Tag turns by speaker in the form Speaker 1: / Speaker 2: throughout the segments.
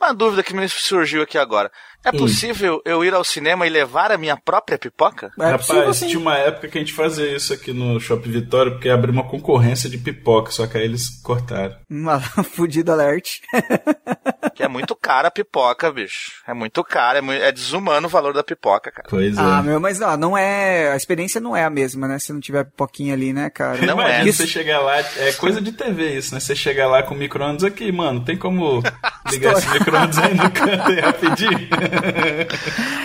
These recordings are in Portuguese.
Speaker 1: Uma dúvida que me surgiu aqui agora. É
Speaker 2: Hum.
Speaker 1: possível eu ir ao cinema e levar a minha própria pipoca?
Speaker 3: É Rapaz, tinha
Speaker 1: um
Speaker 3: uma época que a gente fazia isso aqui no Shopping Vitória, porque abriu uma concorrência de pipoca, só que aí eles cortaram.
Speaker 2: Uma fudida alert.
Speaker 1: que é muito cara a pipoca, bicho. É muito cara, é, mui- é desumano o valor da pipoca, cara.
Speaker 3: Pois é.
Speaker 2: Ah, meu, mas ó, não é. A experiência não é a mesma, né? Se não tiver pipoquinha ali, né, cara?
Speaker 1: Não
Speaker 3: Imagina
Speaker 1: é.
Speaker 3: você chegar lá, é coisa de TV isso, né? Você chegar lá com o micro-ondas aqui, mano, tem como ligar esse micro-ondas aí no canto aí rapidinho?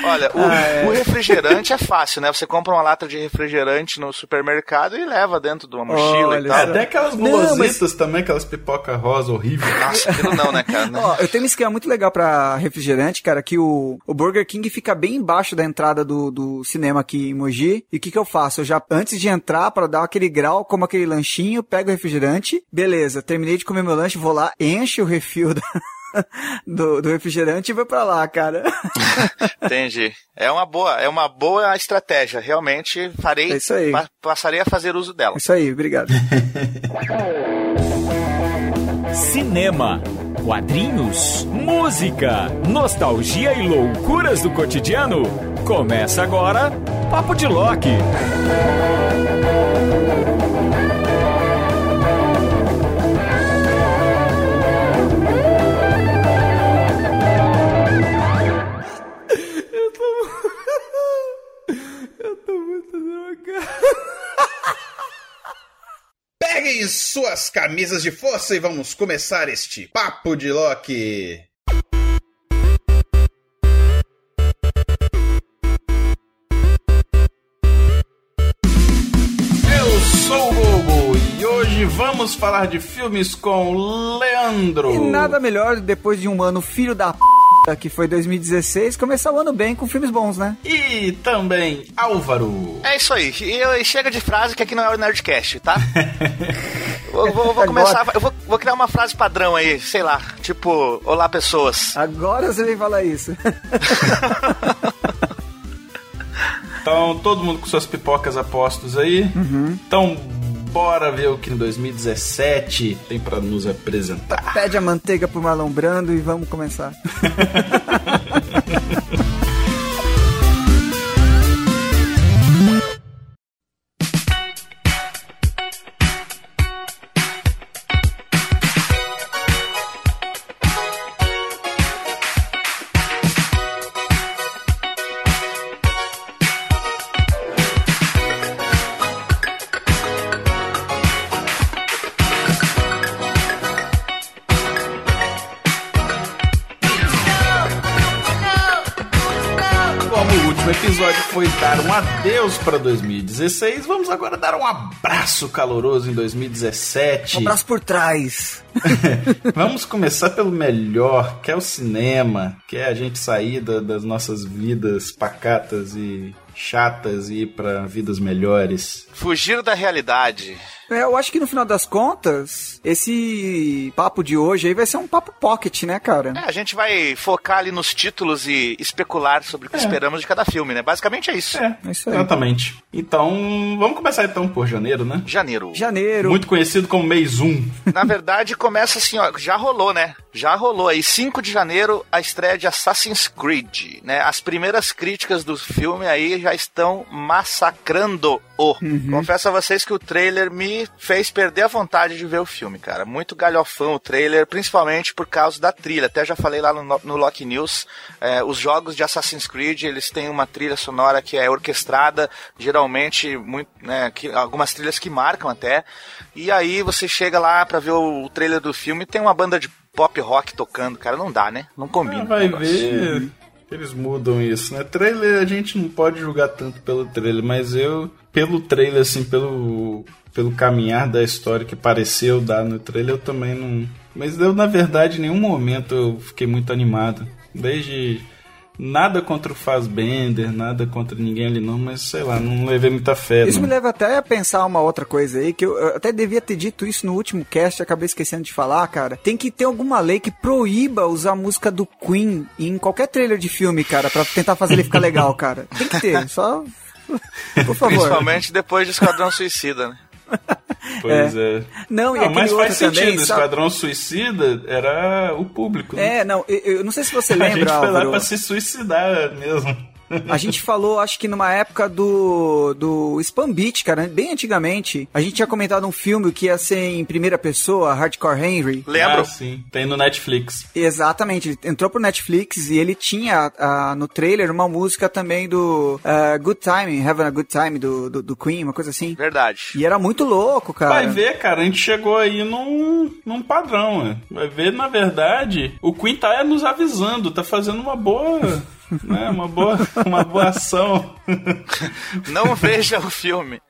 Speaker 1: Olha,
Speaker 2: Ah,
Speaker 1: o, o refrigerante é fácil, né? Você compra uma lata de refrigerante no supermercado e leva dentro de uma mochila
Speaker 2: Olha
Speaker 1: e tal.
Speaker 2: só.
Speaker 3: Até aquelas
Speaker 2: Não,
Speaker 3: gulositas também, aquelas pipoca rosa horrível.
Speaker 1: Nossa, aquilo não, né, cara? Não.
Speaker 2: Ó, eu tenho um esquema muito legal pra refrigerante, cara, que o, o Burger King fica bem embaixo da entrada do, do cinema aqui em Mogi. E o que que eu faço? Eu já, antes de entrar, pra dar aquele grau, como aquele lanchinho, pego o refrigerante, beleza, terminei de comer meu lanche, vou lá, encho o refil da- Do, do refrigerante e vou pra lá, cara.
Speaker 1: Entendi. É uma boa, é uma boa estratégia. Realmente farei,
Speaker 2: É isso aí.
Speaker 1: pa- passarei a fazer uso dela.
Speaker 2: É Isso aí, obrigado.
Speaker 4: Cinema, quadrinhos, música, nostalgia e loucuras do cotidiano. Começa agora Papo de Loki.
Speaker 5: Peguem suas camisas de força e vamos começar este Papo de Loki.
Speaker 3: Eu sou o Bobo e hoje vamos falar de filmes com Leandro.
Speaker 2: E nada melhor depois de um ano filho da p... que foi 2016, começar o ano bem com filmes bons, né?
Speaker 3: E também Álvaro.
Speaker 1: É isso aí. E eu- e chega de frase que aqui não é o Nerdcast, tá? Eu vou, eu vou começar. Eu vou, vou criar uma frase padrão aí, sei lá. Tipo, olá pessoas.
Speaker 2: Agora você vem falar isso.
Speaker 3: Então, todo mundo com suas pipocas apostos aí.
Speaker 2: Uhum.
Speaker 3: Então, bora ver o que em 2017 tem pra nos apresentar.
Speaker 2: Pede a manteiga pro Marlon Brando e vamos começar.
Speaker 3: Como o último episódio foi dar um adeus pra 2016, vamos agora dar um abraço caloroso em 2017.
Speaker 2: Um abraço por trás.
Speaker 3: Vamos começar pelo melhor, que é o cinema, que é a gente sair da- das nossas vidas pacatas e chatas e ir pra vidas melhores.
Speaker 1: Fugir da realidade.
Speaker 2: É, eu acho que no final das contas, esse papo de hoje aí vai ser um papo pocket, né, cara?
Speaker 1: É, a gente vai focar ali nos títulos e especular sobre o que
Speaker 3: É.
Speaker 1: esperamos de cada filme, né? Basicamente é isso.
Speaker 2: É isso aí.
Speaker 3: exatamente. Então, vamos começar então por janeiro, né?
Speaker 1: Janeiro.
Speaker 2: Janeiro.
Speaker 3: Muito conhecido como mês 1.
Speaker 1: Na verdade, começa assim, ó, já rolou, né? Já rolou aí, 5 de janeiro, a estreia de Assassin's Creed, né? As primeiras críticas do filme aí já estão massacrando o. Confesso a vocês que o trailer me fez perder a vontade de ver o filme, cara. Muito galhofão o trailer, principalmente por causa da trilha. Até já falei lá no, no- no Lock News, é, os jogos de Assassin's Creed, eles têm uma trilha sonora que é orquestrada, geralmente muito, né, que, algumas trilhas que marcam até. E aí você chega lá pra ver o trailer do filme e tem uma banda de pop rock tocando, cara, não dá, né? Não combina.
Speaker 3: Ah,
Speaker 1: o
Speaker 3: vai
Speaker 1: negócio.
Speaker 3: ver. Eles mudam isso, né? Trailer a gente não pode julgar tanto pelo trailer, mas eu, pelo trailer, assim, pelo, pelo caminhar da história que pareceu dar no trailer, eu também não. Mas eu, na verdade, em nenhum momento eu fiquei muito animado. Desde. Nada contra o Fassbender, nada contra ninguém ali não, mas sei lá, não levei muita fé.
Speaker 2: Isso
Speaker 3: não.
Speaker 2: me leva até a pensar uma outra coisa aí, que eu eu até devia ter dito isso no último cast, acabei esquecendo de falar, cara. Tem que ter alguma lei que proíba usar a música do Queen em qualquer trailer de filme, cara, pra tentar fazer ele ficar legal, cara. Tem que ter, só. Por favor.
Speaker 1: Principalmente depois do Esquadrão Suicida, né?
Speaker 3: Pois é.
Speaker 2: Não, e
Speaker 3: Ah,
Speaker 2: aquele
Speaker 3: mas
Speaker 2: outro
Speaker 3: faz sentido,
Speaker 2: também,
Speaker 3: o
Speaker 2: sabe?
Speaker 3: Esquadrão Suicida era o público. né?
Speaker 2: É, não, eu, eu não sei se você
Speaker 3: a gente
Speaker 2: lembra,
Speaker 3: foi lá
Speaker 2: Álvaro.
Speaker 3: pra se suicidar mesmo.
Speaker 2: A gente falou, acho que numa época do, do Spam Beach, cara, bem antigamente. A gente tinha comentado um filme que ia ser em primeira pessoa, Hardcore Henry.
Speaker 1: Lembro?
Speaker 3: Ah, sim. Tem no Netflix.
Speaker 2: Exatamente, ele entrou pro Netflix e ele tinha ah, no trailer uma música também do ah, Good Time, Having a Good Time do, do, do Queen, uma coisa assim.
Speaker 1: Verdade.
Speaker 2: E era muito louco, cara.
Speaker 3: Vai ver, cara, a gente chegou aí num, num padrão, né? Vai ver, na verdade, o Queen tá é nos avisando, tá fazendo uma boa. né? Uma boa, uma boa ação.
Speaker 1: Não veja o filme.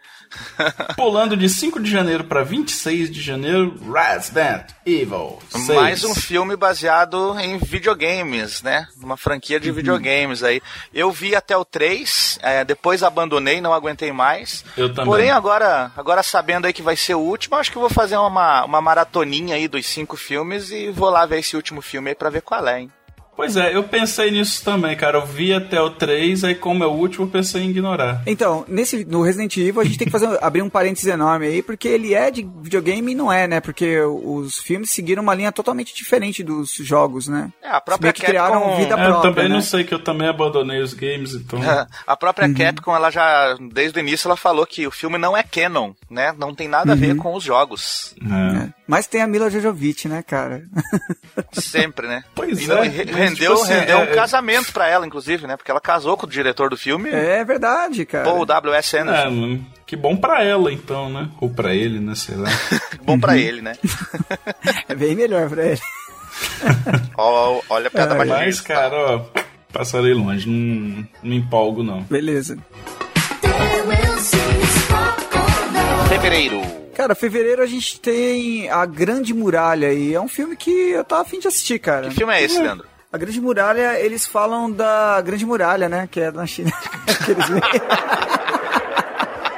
Speaker 3: Pulando de 5 de janeiro pra 26 de janeiro, Resident Evil. 6.
Speaker 1: Mais um filme baseado em videogames, né? Uma franquia
Speaker 3: Uhum.
Speaker 1: de videogames aí. Eu vi até o 3, é, depois abandonei, não aguentei mais.
Speaker 3: Eu também.
Speaker 1: Porém, agora, agora sabendo aí que vai ser o último, acho que eu vou fazer uma, uma maratoninha aí dos cinco filmes e vou lá ver esse último filme aí pra ver qual é, hein?
Speaker 3: Pois é, eu pensei nisso também, cara. Eu vi até o 3, aí como é o último, eu pensei em ignorar.
Speaker 2: Então, nesse, no Resident Evil a gente tem que fazer, abrir um parênteses enorme aí, porque ele é de videogame e não é, né? Porque os filmes seguiram uma linha totalmente diferente dos jogos, né?
Speaker 1: É, a própria
Speaker 2: Se bem que criaram
Speaker 1: Capcom-
Speaker 2: vida
Speaker 3: É, eu
Speaker 2: própria,
Speaker 3: também
Speaker 2: né?
Speaker 3: não sei, que eu também abandonei os games, então.
Speaker 1: A própria Capcom, ela já, desde o início, ela falou que o filme não é canon, né? Não tem nada a
Speaker 3: Uhum.
Speaker 1: ver com os jogos.
Speaker 3: É.
Speaker 2: Mas tem a Mila Jojovic, né, cara?
Speaker 1: Sempre, né?
Speaker 3: Pois
Speaker 1: E
Speaker 3: é,
Speaker 1: não-
Speaker 3: mas,
Speaker 1: re-
Speaker 3: tipo
Speaker 1: rendeu,
Speaker 3: assim,
Speaker 1: rendeu
Speaker 3: é-
Speaker 1: um casamento pra ela, inclusive, né? Porque ela casou com o diretor do filme,
Speaker 2: é verdade, cara.
Speaker 1: Paul W.S. Anderson.
Speaker 3: Ah, mano, que bom pra ela então, né? Ou pra ele, né? Sei lá.
Speaker 1: Bom
Speaker 3: Uhum.
Speaker 1: pra ele, né?
Speaker 2: É bem melhor pra ele.
Speaker 1: Ó, ó, olha a piada
Speaker 2: É,
Speaker 1: mais
Speaker 3: Mas, cara, ó, passarei longe, não, não me empolgo não.
Speaker 2: Beleza.
Speaker 1: Fevereiro.
Speaker 2: Cara, fevereiro a gente tem A Grande Muralha e é um filme que eu tava afim de assistir, cara.
Speaker 1: Que filme é esse, Leandro?
Speaker 2: A Grande Muralha, eles falam da Grande Muralha, né? Que é na China. Que eles veem.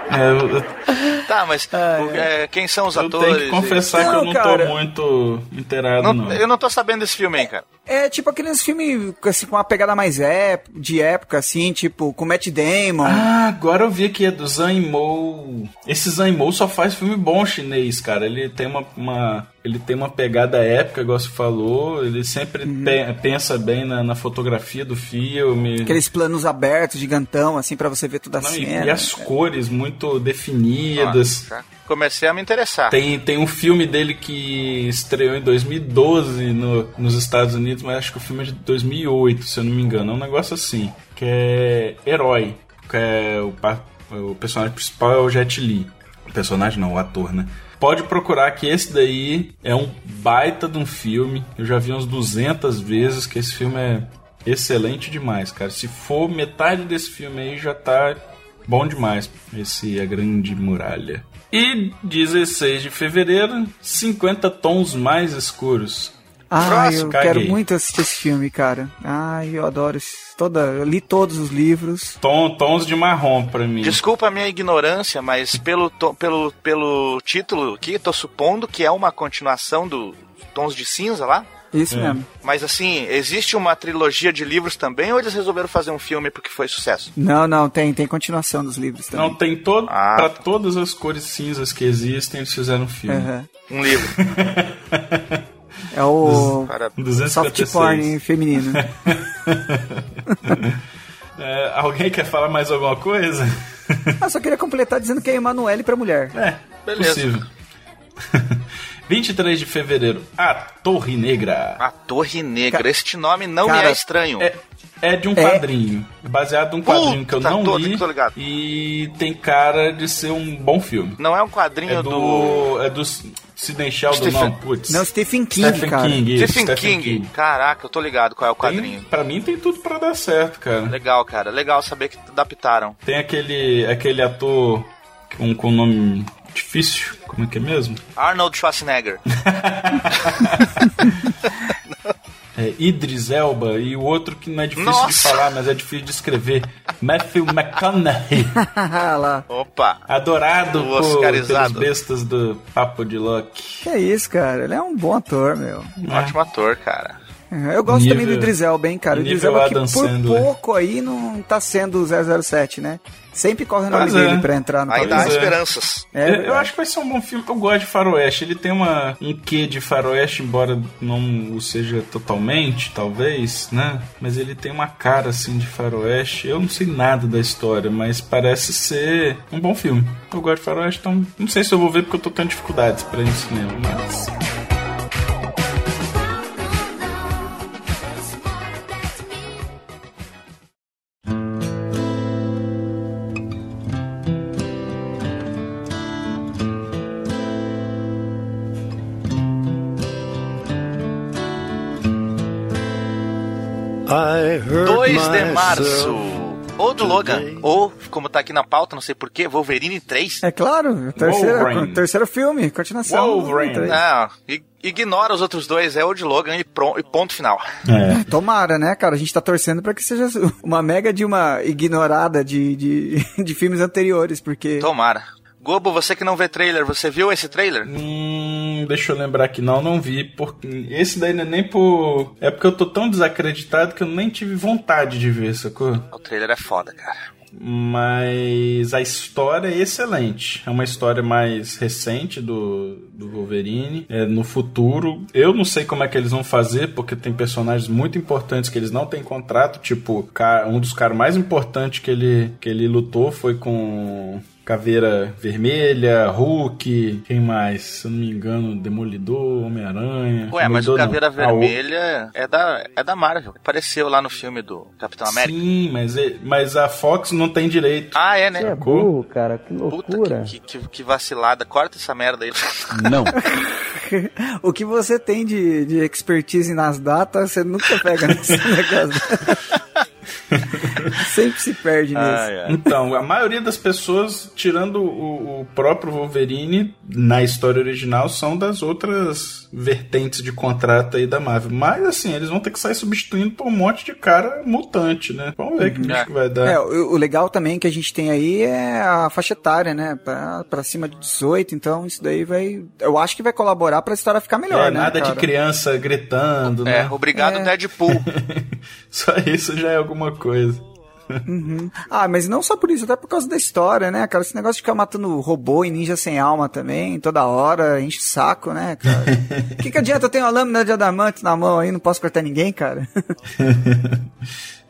Speaker 3: É, eu, eu
Speaker 1: Tá, mas o- é, quem são os atores?
Speaker 3: tenho que confessar que eu
Speaker 2: Não,
Speaker 3: não
Speaker 2: cara.
Speaker 3: tô muito inteirado
Speaker 1: Não-
Speaker 3: não.
Speaker 1: eu não tô sabendo desse filme aí, cara.
Speaker 2: é tipo aqueles filmes assim, com uma pegada mais ép- de época, assim, tipo com Matt Damon.
Speaker 3: Ah, agora eu vi que é do Zanimou. Esse Zanimou só faz filme bom chinês, cara. Ele tem uma, uma- ele tem uma pegada épica, igual você falou. Ele sempre pe- pensa bem na, na fotografia do filme.
Speaker 2: Aqueles planos abertos, gigantão, assim, pra você ver toda a
Speaker 3: Não, e, é
Speaker 2: cena. né?
Speaker 3: e as cores muito definidas.
Speaker 1: Já Tá? comecei a me interessar.
Speaker 3: Tem, tem um filme dele que estreou em 2012 no- nos Estados Unidos, mas acho que o filme é de 2008, se eu não me engano. É um negócio assim, que é herói. Que é o, pa- o personagem principal é o Jet Li. O personagem não, o ator, né? Pode procurar que esse daí é um baita de um filme. Eu já vi umas 200 vezes que esse filme é excelente demais, cara. Se for metade desse filme aí, já tá Bom demais esse A Grande Muralha. E 16 de fevereiro, 50 tons mais escuros.
Speaker 2: Ah, eu
Speaker 3: Caguei.
Speaker 2: quero muito assistir esse filme, cara. Ai, eu adoro esse. Toda, eu li todos os livros.
Speaker 3: Tom- tons de marrom pra mim.
Speaker 1: Desculpa a minha ignorância, mas pelo, to- pelo, pelo título aqui, tô supondo que é uma continuação do Tons de Cinza lá.
Speaker 2: Isso
Speaker 3: É.
Speaker 2: mesmo.
Speaker 1: Mas assim, existe uma trilogia de livros também ou eles resolveram fazer um filme porque foi sucesso?
Speaker 2: Não, não, tem, tem continuação dos livros também.
Speaker 3: Não, tem todo.
Speaker 1: Ah.
Speaker 3: Pra todas as cores cinzas que existem, eles fizeram um filme.
Speaker 2: Aham.
Speaker 1: Um livro.
Speaker 2: É o
Speaker 1: Cara,
Speaker 3: 256.
Speaker 2: soft porn feminino.
Speaker 3: É, alguém quer falar mais alguma coisa?
Speaker 2: Ah, só queria completar dizendo que é Emanuele pra mulher.
Speaker 3: É,
Speaker 1: Beleza.
Speaker 3: possível. 23 de fevereiro, A Torre Negra.
Speaker 1: A Torre Negra. Este nome não me
Speaker 2: Cara,
Speaker 1: é estranho.
Speaker 3: É, é de um
Speaker 2: É.
Speaker 3: quadrinho. Baseado num quadrinho que eu
Speaker 1: Puta,
Speaker 3: não
Speaker 1: tô-
Speaker 3: li.
Speaker 1: tô ligado.
Speaker 3: E tem cara de ser um bom filme.
Speaker 1: Não é um quadrinho
Speaker 3: É do. É do Sidney Sheldon,
Speaker 1: Stephen-
Speaker 3: não, putz.
Speaker 2: Não, Stephen King,
Speaker 3: Stephen
Speaker 2: cara.
Speaker 3: King, isso,
Speaker 1: Stephen King. Caraca, eu tô ligado qual é o
Speaker 3: Tem,
Speaker 1: quadrinho.
Speaker 3: pra mim tem tudo pra dar certo, cara.
Speaker 1: Legal, cara. Legal saber que adaptaram.
Speaker 3: Tem aquele, aquele ator com, com nome difícil, como é que é mesmo?
Speaker 1: Arnold Schwarzenegger.
Speaker 3: É, Idris Elba e o outro que não é difícil de
Speaker 1: Nossa!
Speaker 3: falar, mas é difícil de escrever. Matthew McConaughey.
Speaker 2: Ah lá.
Speaker 1: Opa.
Speaker 3: Adorado
Speaker 1: O
Speaker 3: por, pelos
Speaker 1: Oscarizado.
Speaker 3: bestas do Papo de Loki.
Speaker 2: Que é isso, cara. Ele é um bom ator, meu.
Speaker 3: É.
Speaker 1: Ótimo ator, cara.
Speaker 2: É, Eu gosto
Speaker 3: Nível-
Speaker 2: também do Idris Elba, hein, cara. O Idris
Speaker 3: nível
Speaker 2: Elba que
Speaker 3: Adam
Speaker 2: por
Speaker 3: Sandler.
Speaker 2: pouco aí não tá sendo o 007, né? Sempre corre o nome
Speaker 3: Pois é.
Speaker 2: dele pra entrar no
Speaker 1: Ainda
Speaker 2: papel.
Speaker 1: há
Speaker 3: é.
Speaker 1: esperanças.
Speaker 2: É,
Speaker 3: eu, eu acho que vai ser um bom filme. Eu gosto de faroeste. Ele tem uma, um quê de faroeste, embora não o seja totalmente, talvez, né? Mas ele tem uma cara, assim, de faroeste. Eu não sei nada da história, mas parece ser um bom filme. Eu gosto de faroeste, então não sei se eu vou ver porque eu tô tendo dificuldades pra ir no cinema, mas...
Speaker 6: I heard
Speaker 1: 2 de março.
Speaker 6: myself.
Speaker 1: Ou do Logan, ou, como tá aqui na pauta, não sei porquê, Wolverine 3.
Speaker 2: É claro, terceiro,
Speaker 3: Wolverine.
Speaker 2: terceiro filme, continuação.
Speaker 3: Wolverine.
Speaker 2: Três.
Speaker 1: Não, i- ignora os outros dois, é o de Logan e, pron- e ponto final.
Speaker 3: É.
Speaker 2: Tomara, né, cara? A gente tá torcendo pra que seja uma mega de uma ignorada de, de, de filmes anteriores, porque.
Speaker 1: Tomara. Gobo, você que não vê trailer, você viu esse trailer?
Speaker 3: Hum, deixa eu lembrar que não, não vi. Porque esse daí não é nem por. É porque eu tô tão desacreditado que eu nem tive vontade de ver, sacou?
Speaker 1: O trailer é foda, cara.
Speaker 3: Mas a história é excelente. É uma história mais recente do, do Wolverine. É no futuro. Eu não sei como é que eles vão fazer, porque tem personagens muito importantes que eles não têm contrato. Tipo, o ca- um dos caras mais importantes que ele, que ele lutou foi com. Caveira Vermelha, Hulk, quem mais? Se eu não me engano, Demolidor, Homem-Aranha.
Speaker 1: Ué, mas o
Speaker 3: Demolidor não.
Speaker 1: Caveira
Speaker 3: Ah, o-
Speaker 1: Vermelha é da, é da Marvel. Apareceu lá no filme do Capitão América.
Speaker 3: Sim, mas, é- mas a Fox não tem direito.
Speaker 1: Ah, é, né?
Speaker 3: Sacou?
Speaker 7: Uh, cara, que
Speaker 1: Puta, que, que, que vacilada. Corta essa merda aí.
Speaker 5: Não.
Speaker 2: o que você tem de, de expertise nas datas, você nunca pega nesse negócio. Sempre se perde nisso.
Speaker 1: Ah, é.
Speaker 3: Então, a maioria das pessoas, tirando o, o próprio Wolverine, na história original, são das outras vertentes de contrato aí da Marvel. Mas, assim, eles vão ter que sair substituindo por um monte de cara mutante, né? Vamos ver que bicho que vai dar.
Speaker 2: É, o, o legal também que a gente tem aí é a faixa etária, né? Pra, pra cima de 18, então isso daí vai. Eu acho que vai colaborar pra história ficar melhor,
Speaker 3: É,
Speaker 2: né?
Speaker 3: nada de
Speaker 2: cara?
Speaker 3: criança gritando,
Speaker 1: É,
Speaker 3: né?
Speaker 1: obrigado
Speaker 2: É.
Speaker 1: Deadpool.
Speaker 3: Só isso já é alguma coisa.
Speaker 2: Ah, mas não só por isso, até por causa da história, né, cara? Esse negócio de ficar matando robô e ninja sem alma também, toda hora, enche o saco, né, cara? O que, que adianta eu tenho a lâmina de adamante na mão aí, não posso cortar ninguém, cara?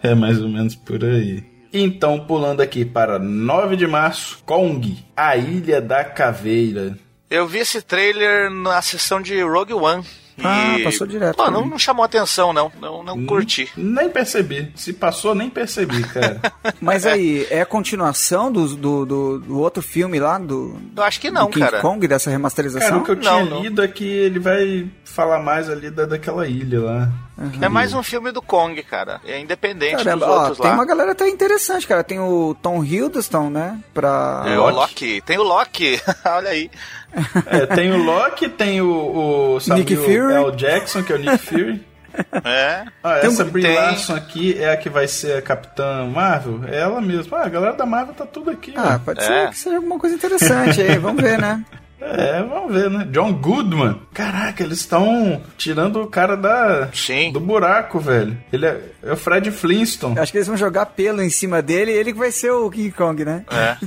Speaker 3: É mais ou menos por aí. Então, pulando aqui para 9 de março, Kong, a Ilha da Caveira.
Speaker 1: Eu vi esse trailer na sessão de Rogue One.
Speaker 2: Ah,
Speaker 1: e-
Speaker 2: passou direto.
Speaker 1: Pô, não, não chamou atenção, não. Não, não curti.
Speaker 3: Nem percebi. Se passou, nem percebi, cara.
Speaker 2: Mas aí, é a continuação dos- do, do, do outro filme lá, do,
Speaker 1: Eu acho que não,
Speaker 2: do King
Speaker 1: cara.
Speaker 2: Kong, dessa
Speaker 3: Cara,
Speaker 2: remasterização?
Speaker 3: o que eu
Speaker 1: Não,
Speaker 3: tinha
Speaker 1: não.
Speaker 3: lido é que ele vai falar mais ali da, daquela ilha lá.
Speaker 1: É mais um filme do Kong, cara. É independente
Speaker 2: Caramba,
Speaker 1: dos
Speaker 2: ó,
Speaker 1: outros
Speaker 2: tem
Speaker 1: lá.
Speaker 2: uma galera até interessante, cara. Tem o Tom Hiddleston, né? Pra.
Speaker 1: É o Loki. Tem o Loki. Olha aí.
Speaker 3: É, tem o Loki, tem o, o
Speaker 2: Nick Fury.
Speaker 3: L. Jackson, que é o Nick Fury.
Speaker 1: É.
Speaker 3: Ah,
Speaker 2: Tem
Speaker 3: essa
Speaker 2: um-
Speaker 3: Brie
Speaker 1: tem-
Speaker 3: Larson aqui é a que vai ser a Capitã Marvel? É ela mesma. Ah, a galera da Marvel tá tudo aqui.
Speaker 2: Ah,
Speaker 3: ó.
Speaker 2: pode
Speaker 1: É.
Speaker 2: ser que seja alguma coisa interessante aí, vamos ver, né?
Speaker 3: É, vamos ver, né? John Goodman. Caraca, eles estão tirando o cara da...
Speaker 1: Sim.
Speaker 3: do buraco, velho. Ele é, é o Fred Flintstone.
Speaker 2: Eu acho que eles vão jogar pelo em cima dele e ele que vai ser o King Kong, né?
Speaker 1: É.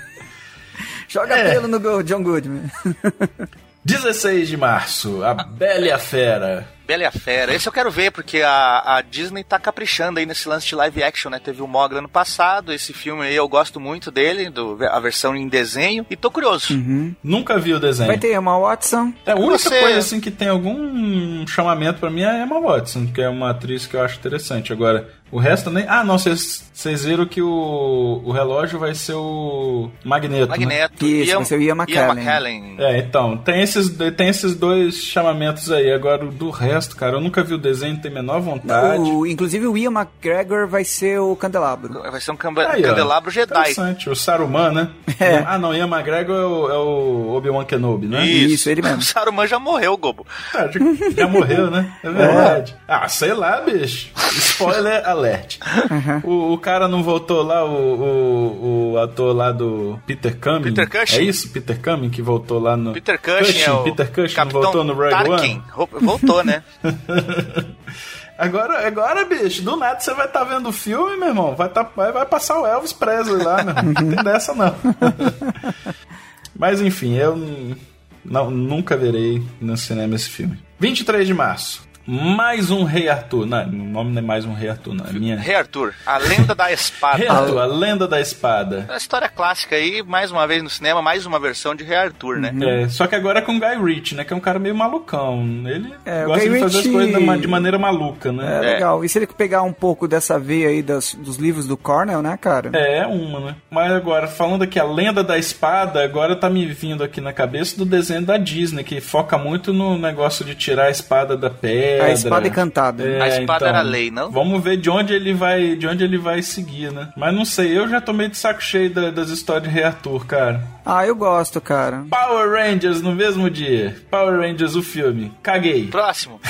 Speaker 2: Joga
Speaker 3: É.
Speaker 2: pelo no Go- John Goodman.
Speaker 3: 16 de março, a Bela e a Fera.
Speaker 1: Bela e a Fera. Esse eu quero ver, porque a, a Disney tá caprichando aí nesse lance de live action, né? Teve o Mogli ano passado, esse filme aí eu gosto muito dele, do, a versão em desenho, e tô curioso.
Speaker 2: Uhum.
Speaker 3: Nunca vi o
Speaker 1: É.
Speaker 3: desenho.
Speaker 2: Vai ter Emma Watson.
Speaker 3: É, a única
Speaker 1: Você-
Speaker 3: coisa assim que tem algum chamamento pra mim é a Emma Watson, que é uma atriz que eu acho interessante. Agora, o resto nem. Ah, não, vocês vocês viram que o, o relógio vai ser o Magneto. né?
Speaker 1: Magneto.
Speaker 2: Isso,
Speaker 1: Ian-
Speaker 2: vai ser o Ian McKellen.
Speaker 1: McKellen.
Speaker 3: É, então, tem esses, tem esses dois chamamentos aí. Agora, o do resto, cara, eu nunca vi o desenho, não tenho a menor vontade.
Speaker 2: O, inclusive o Ian McGregor vai ser o Candelabro.
Speaker 1: Vai ser um cambe-
Speaker 3: Aí, ó,
Speaker 1: candelabro Jedi.
Speaker 3: Interessante, o Saruman, né? Ah, não, Ian McGregor é o, é o Obi-Wan Kenobi, né?
Speaker 2: Isso, ele mesmo.
Speaker 1: O Saruman já morreu, Gobo.
Speaker 3: Ah, já, já morreu, né? É verdade. Ah, sei lá, bicho. Spoiler alert. O, o cara não voltou lá, o, o, o ator lá do Peter Cumming.
Speaker 1: Peter Cushing.
Speaker 3: É isso? Peter Cumming que voltou lá no...
Speaker 1: Peter Cushing, é o
Speaker 3: Peter Cushing
Speaker 1: Capitão
Speaker 3: voltou no Rogue
Speaker 1: Tarkin.
Speaker 3: One.
Speaker 1: Ro- Voltou, né?
Speaker 3: Agora, agora, bicho, do nada você vai estar vendo o filme, meu irmão. Vai, tá, vai, vai passar o Elvis Presley lá, meu irmão. Não tem dessa, não. Mas, enfim, eu n- não, nunca verei no cinema esse filme. 23 de março. Mais um Rei Arthur. Não, o nome não é mais um Rei Arthur, não. É minha...
Speaker 1: Rei Arthur, a lenda da espada.
Speaker 3: Rei Arthur, a lenda da espada.
Speaker 1: É uma história clássica aí, mais uma vez no cinema, mais uma versão de Rei Arthur, né?
Speaker 3: É, só que agora é com o Guy Ritchie, né? Que é um cara meio malucão. Ele
Speaker 2: É, o
Speaker 3: gosta de
Speaker 2: Guy
Speaker 3: fazer as
Speaker 2: Ritchie-
Speaker 3: coisas de ma- de maneira maluca,
Speaker 2: É,
Speaker 3: né?
Speaker 2: legal. E se ele pegar um pouco dessa veia aí das- dos livros do Cornell, né, cara?
Speaker 3: É, é uma, né? Mas agora, falando aqui, a lenda da espada, agora tá me vindo aqui na cabeça do desenho da Disney, que foca muito no negócio de tirar a espada da pedra.
Speaker 2: A espada encantada.
Speaker 3: É,
Speaker 1: A espada
Speaker 3: então,
Speaker 1: era lei, não?
Speaker 3: Vamos ver de onde ele vai, de onde ele vai seguir, né? Mas não sei, eu já tomei de saco cheio da- das histórias de Rei Arthur, cara.
Speaker 2: Ah, eu gosto, cara.
Speaker 3: Power Rangers no mesmo dia. Power Rangers o filme. Caguei.
Speaker 1: Próximo.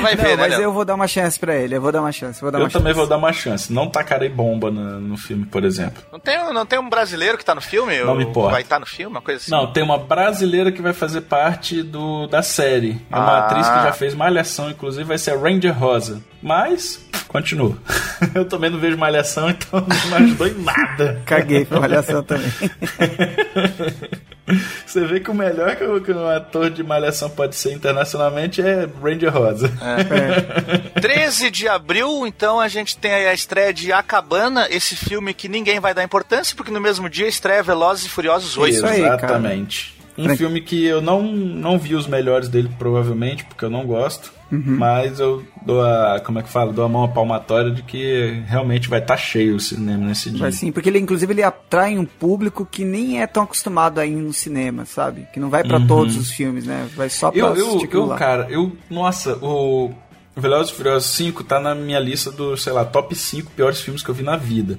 Speaker 1: vai
Speaker 2: Não,
Speaker 1: ver, né?
Speaker 2: mas
Speaker 1: Léo?
Speaker 2: eu vou dar uma chance pra ele. Eu vou dar uma chance. Vou dar
Speaker 3: Eu
Speaker 2: uma
Speaker 3: também
Speaker 2: chance.
Speaker 3: vou dar uma chance. Não tacarei bomba no, no filme, por exemplo.
Speaker 1: Não, tem, não tem um brasileiro que tá no filme?
Speaker 3: Não
Speaker 1: Ou
Speaker 3: me importa.
Speaker 1: Vai estar no filme, uma coisa assim?
Speaker 3: Não, tem uma brasileira que vai fazer parte do, da série. É uma
Speaker 1: Ah.
Speaker 3: atriz que já fez Malhação, inclusive vai ser a Ranger Rosa. Mas, continua. Eu também não vejo Malhação, então não me ajudou em nada.
Speaker 2: Caguei pra avaliação também.
Speaker 3: Você vê que o melhor que o- que um ator de Malhação pode ser internacionalmente é Ranger Rosa.
Speaker 2: É,
Speaker 1: 13 de abril, então a gente tem aí a estreia de A Cabana, esse filme que ninguém vai dar importância, porque no mesmo dia estreia Velozes e Furiosos 8.
Speaker 2: Isso aí, cara.
Speaker 3: Exatamente. Um filme que eu não, não vi os melhores dele, provavelmente, porque eu não gosto. Mas eu dou a. Como é que fala? Dou a mão à palmatória de que realmente vai estar cheio o cinema nesse dia.
Speaker 2: Mas sim, porque ele, inclusive, ele atrai um público que nem é tão acostumado aí no cinema, sabe? Que não vai pra todos os filmes, né? Vai só pra
Speaker 3: Uhum. Eu, eu,
Speaker 2: assistir aquilo
Speaker 3: eu
Speaker 2: lá.
Speaker 3: cara, eu. Nossa, o. Velozes e Furiosos 5 tá na minha lista do, sei lá, top 5 piores filmes que eu vi na vida.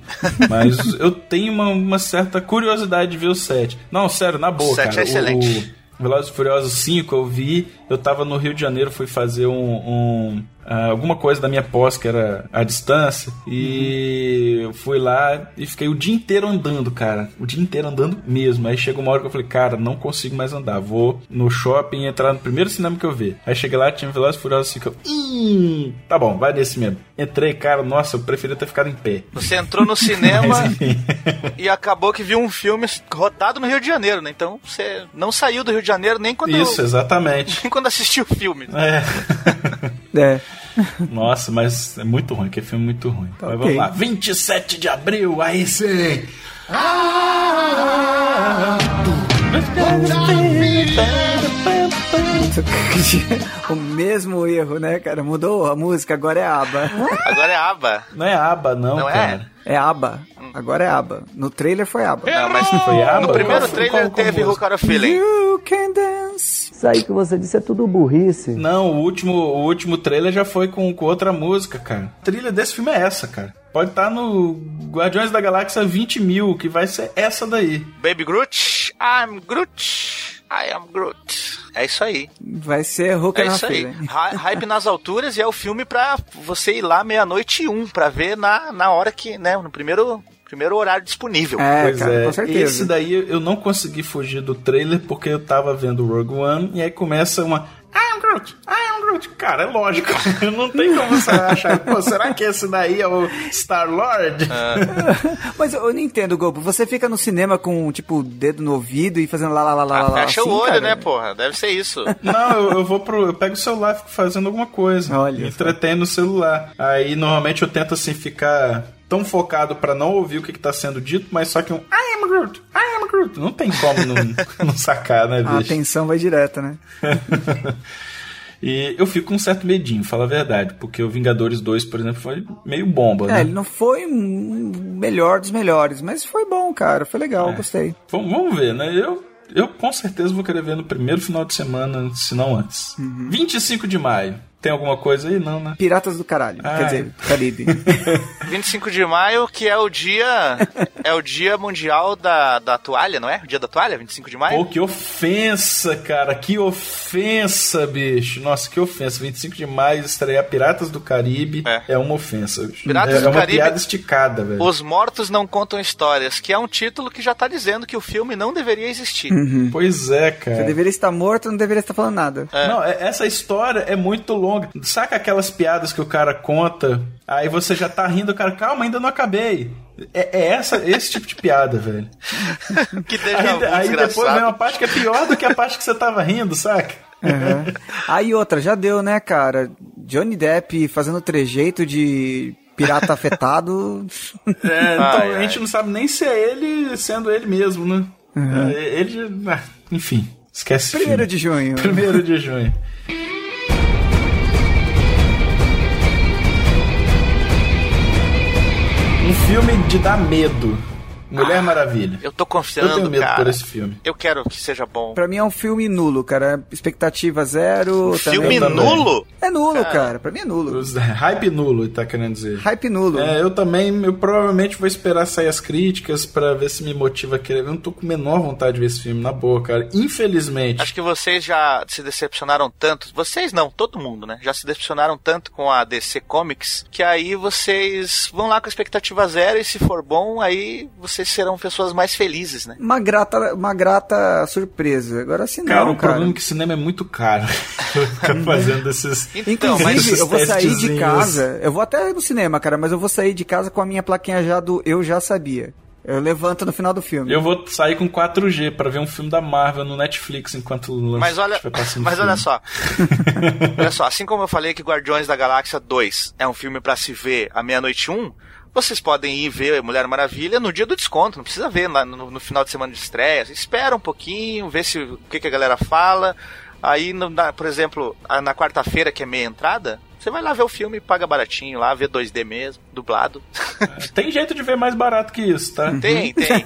Speaker 3: Mas eu tenho uma, uma certa curiosidade de ver o 7. Não, sério, na boa,
Speaker 1: O sete
Speaker 3: cara.
Speaker 1: é excelente.
Speaker 3: O, o Velozes e Furiosos 5 eu vi, eu tava no Rio de Janeiro, fui fazer um, um, ah, alguma coisa da minha pós, que era à distância, e eu fui lá e fiquei o dia inteiro andando, cara. O dia inteiro andando mesmo. Aí chega uma hora que eu falei, cara, não consigo mais andar, vou no shopping e entrar no primeiro cinema que eu ver. Aí cheguei lá, tinha Velozes e Furiosos 5, eu, hum, tá bom, vai nesse mesmo. Entrei, cara, nossa, eu preferia ter ficado em pé.
Speaker 1: Você entrou no cinema e acabou que viu um filme rodado no Rio de Janeiro, né? Então você não saiu do Rio de Janeiro nem quando,
Speaker 3: Isso, exatamente.
Speaker 1: nem quando assistiu o filme. né?
Speaker 3: É.
Speaker 2: É.
Speaker 3: Nossa, mas é muito ruim, que é filme muito ruim.
Speaker 2: Tá
Speaker 3: mas
Speaker 2: ok.
Speaker 3: vamos lá, 27 de abril, aí sim!
Speaker 2: o mesmo erro, né, cara? Mudou a música, agora é aba.
Speaker 1: Agora é aba.
Speaker 3: Não é aba, não,
Speaker 1: Não é?
Speaker 3: cara.
Speaker 2: É aba. Agora é aba. No trailer foi aba.
Speaker 3: É,
Speaker 1: Não, mas
Speaker 3: Foi aba?
Speaker 1: no primeiro
Speaker 3: Qual-
Speaker 1: trailer
Speaker 3: qual- qual
Speaker 1: teve
Speaker 3: música?
Speaker 1: Who Got a Feeling.
Speaker 2: You can dance.
Speaker 6: Isso aí que você disse é tudo burrice.
Speaker 3: Não, o último, o último trailer já foi com, com outra música, cara. A trilha desse filme é essa, cara. Pode estar no Guardiões da Galáxia 20 mil, que vai ser essa daí.
Speaker 1: Baby Groot, I'm Groot, I am Groot. É isso aí.
Speaker 2: Vai ser Hulk
Speaker 1: É
Speaker 2: na
Speaker 1: isso aí.
Speaker 2: feira.
Speaker 1: Hy- Hype nas alturas e é o filme pra você ir lá meia-noite e um, pra ver na, na hora que, né, no primeiro, primeiro horário disponível.
Speaker 2: É,
Speaker 3: pois
Speaker 2: cara,
Speaker 3: é,
Speaker 2: com certeza.
Speaker 3: esse daí eu não consegui fugir do trailer porque eu tava vendo o Rogue One e aí começa uma. Ah, é um Groot! Ah, é um Groot! Cara, é lógico. Não tem como você achar. Pô, será que esse daí é o Star-Lord?
Speaker 2: Mas eu não entendo, Gobo. Você fica no cinema com, tipo, o dedo no ouvido e fazendo lá, lá, lá, lá,
Speaker 1: Ah,
Speaker 2: lá.
Speaker 1: fecha
Speaker 2: assim,
Speaker 1: o olho,
Speaker 2: cara?
Speaker 1: né, porra? Deve ser isso.
Speaker 3: Não, eu, eu vou pro. Eu pego o celular e fico fazendo alguma coisa.
Speaker 2: Olha
Speaker 3: me
Speaker 2: só.
Speaker 3: entretendo no celular. Aí normalmente eu tento assim ficar tão focado pra não ouvir o que, que tá sendo dito, mas só que um I am Groot, I am Groot. Não tem como não, não sacar, né,
Speaker 2: A
Speaker 3: bicho?
Speaker 2: atenção vai direta, né?
Speaker 3: E eu fico com um certo medinho, fala a verdade, porque o Vingadores 2, por exemplo, foi meio bomba,
Speaker 2: É,
Speaker 3: né?
Speaker 2: ele não foi um melhor dos melhores, mas foi bom, cara. Foi legal,
Speaker 3: É.
Speaker 2: gostei.
Speaker 3: Vamos, vamos ver, né? Eu, eu com certeza vou querer ver no primeiro final de semana, se não antes.
Speaker 2: Uhum.
Speaker 3: 25 de maio. Tem alguma coisa aí? Não, né?
Speaker 2: Piratas do caralho.
Speaker 3: Ah.
Speaker 2: Quer dizer, Caribe.
Speaker 1: 25 de maio, que é o dia. É o dia mundial da, da toalha, não é? O dia da toalha, 25 de maio?
Speaker 3: Pô, que ofensa, cara. Que ofensa, bicho. Nossa, que ofensa. 25 de maio estrear Piratas do Caribe é,
Speaker 1: É.
Speaker 3: uma ofensa. bicho.
Speaker 1: Piratas
Speaker 3: é,
Speaker 1: do
Speaker 3: é uma
Speaker 1: Caribe-
Speaker 3: piada esticada, velho.
Speaker 1: Os Mortos Não Contam Histórias, que é um título que já tá dizendo que o filme não deveria existir.
Speaker 3: Pois é,
Speaker 2: Você
Speaker 3: cara.
Speaker 2: deveria estar morto, não deveria estar falando nada.
Speaker 3: Não, é- essa história é muito longa. Saca aquelas piadas que o cara conta, aí você já tá rindo, o cara, calma, ainda não acabei. É, é essa, esse tipo de piada, velho.
Speaker 1: Que
Speaker 3: Aí,
Speaker 1: deixa
Speaker 3: aí depois vem
Speaker 1: desgraçado.
Speaker 3: uma parte que é pior do que a parte que você tava rindo, saca?
Speaker 2: Aham. Aí outra, já deu, né, cara? Johnny Depp fazendo trejeito de pirata afetado.
Speaker 3: É, então
Speaker 1: Ai,
Speaker 3: a
Speaker 1: ai.
Speaker 3: gente não sabe nem se é ele sendo ele mesmo, né? É, Ele. ah, enfim, esquece. esse
Speaker 2: Primeiro
Speaker 3: filme.
Speaker 2: de junho.
Speaker 3: Primeiro de junho. Um filme de dar medo. Mulher Maravilha.
Speaker 1: Eu tô
Speaker 3: Eu tenho
Speaker 1: confiando,
Speaker 3: medo
Speaker 1: cara.
Speaker 3: por esse filme.
Speaker 1: Eu quero que seja bom.
Speaker 2: Pra mim é um filme nulo, cara. Expectativa zero.
Speaker 1: Filme
Speaker 3: Eu também.
Speaker 1: nulo?
Speaker 2: É nulo, cara. Pra mim é nulo.
Speaker 3: Os- Hype nulo, ele tá querendo dizer.
Speaker 2: Hype nulo.
Speaker 3: É, eu também, eu provavelmente vou esperar sair as críticas pra ver se me motiva a querer. Eu não tô com a menor vontade de ver esse filme, na boa, cara. Infelizmente.
Speaker 1: Acho que vocês já se decepcionaram tanto. Vocês não, todo mundo, né? Já se decepcionaram tanto com a DC Comics que aí vocês vão lá com a expectativa zero e se for bom, aí vocês serão pessoas mais felizes, né?
Speaker 2: Uma grata, uma grata surpresa. Agora sim
Speaker 3: Cara,
Speaker 2: não,
Speaker 3: o problema
Speaker 2: cara.
Speaker 3: é que cinema é muito caro. Ficar fazendo esses.
Speaker 1: Então, mas
Speaker 2: Inclusive,
Speaker 3: esses
Speaker 2: eu vou sair de
Speaker 3: testezinhos.
Speaker 2: casa. Eu vou até no cinema, cara, mas eu vou sair de casa com a minha plaquinha já do Eu Já Sabia. Eu levanto no final do filme.
Speaker 3: Eu vou sair com 4G pra ver um filme da Marvel no Netflix enquanto lança.
Speaker 1: Mas olha,
Speaker 3: estiver passando
Speaker 1: mas
Speaker 3: filme.
Speaker 1: olha só. olha só, assim como eu falei que Guardiões da Galáxia 2 é um filme pra se ver à meia-noite e um, vocês podem ir ver Mulher Maravilha no dia do desconto, não precisa ver lá no, no final de semana de estreia. Espera um pouquinho, vê se o que, que a galera fala. Aí, no- na- por exemplo, a- na quarta-feira, que é meia entrada, você vai lá ver o filme, paga baratinho lá, vê 2D mesmo, dublado.
Speaker 3: Tem jeito de ver mais barato que isso, tá?
Speaker 1: Tem, tem, tem.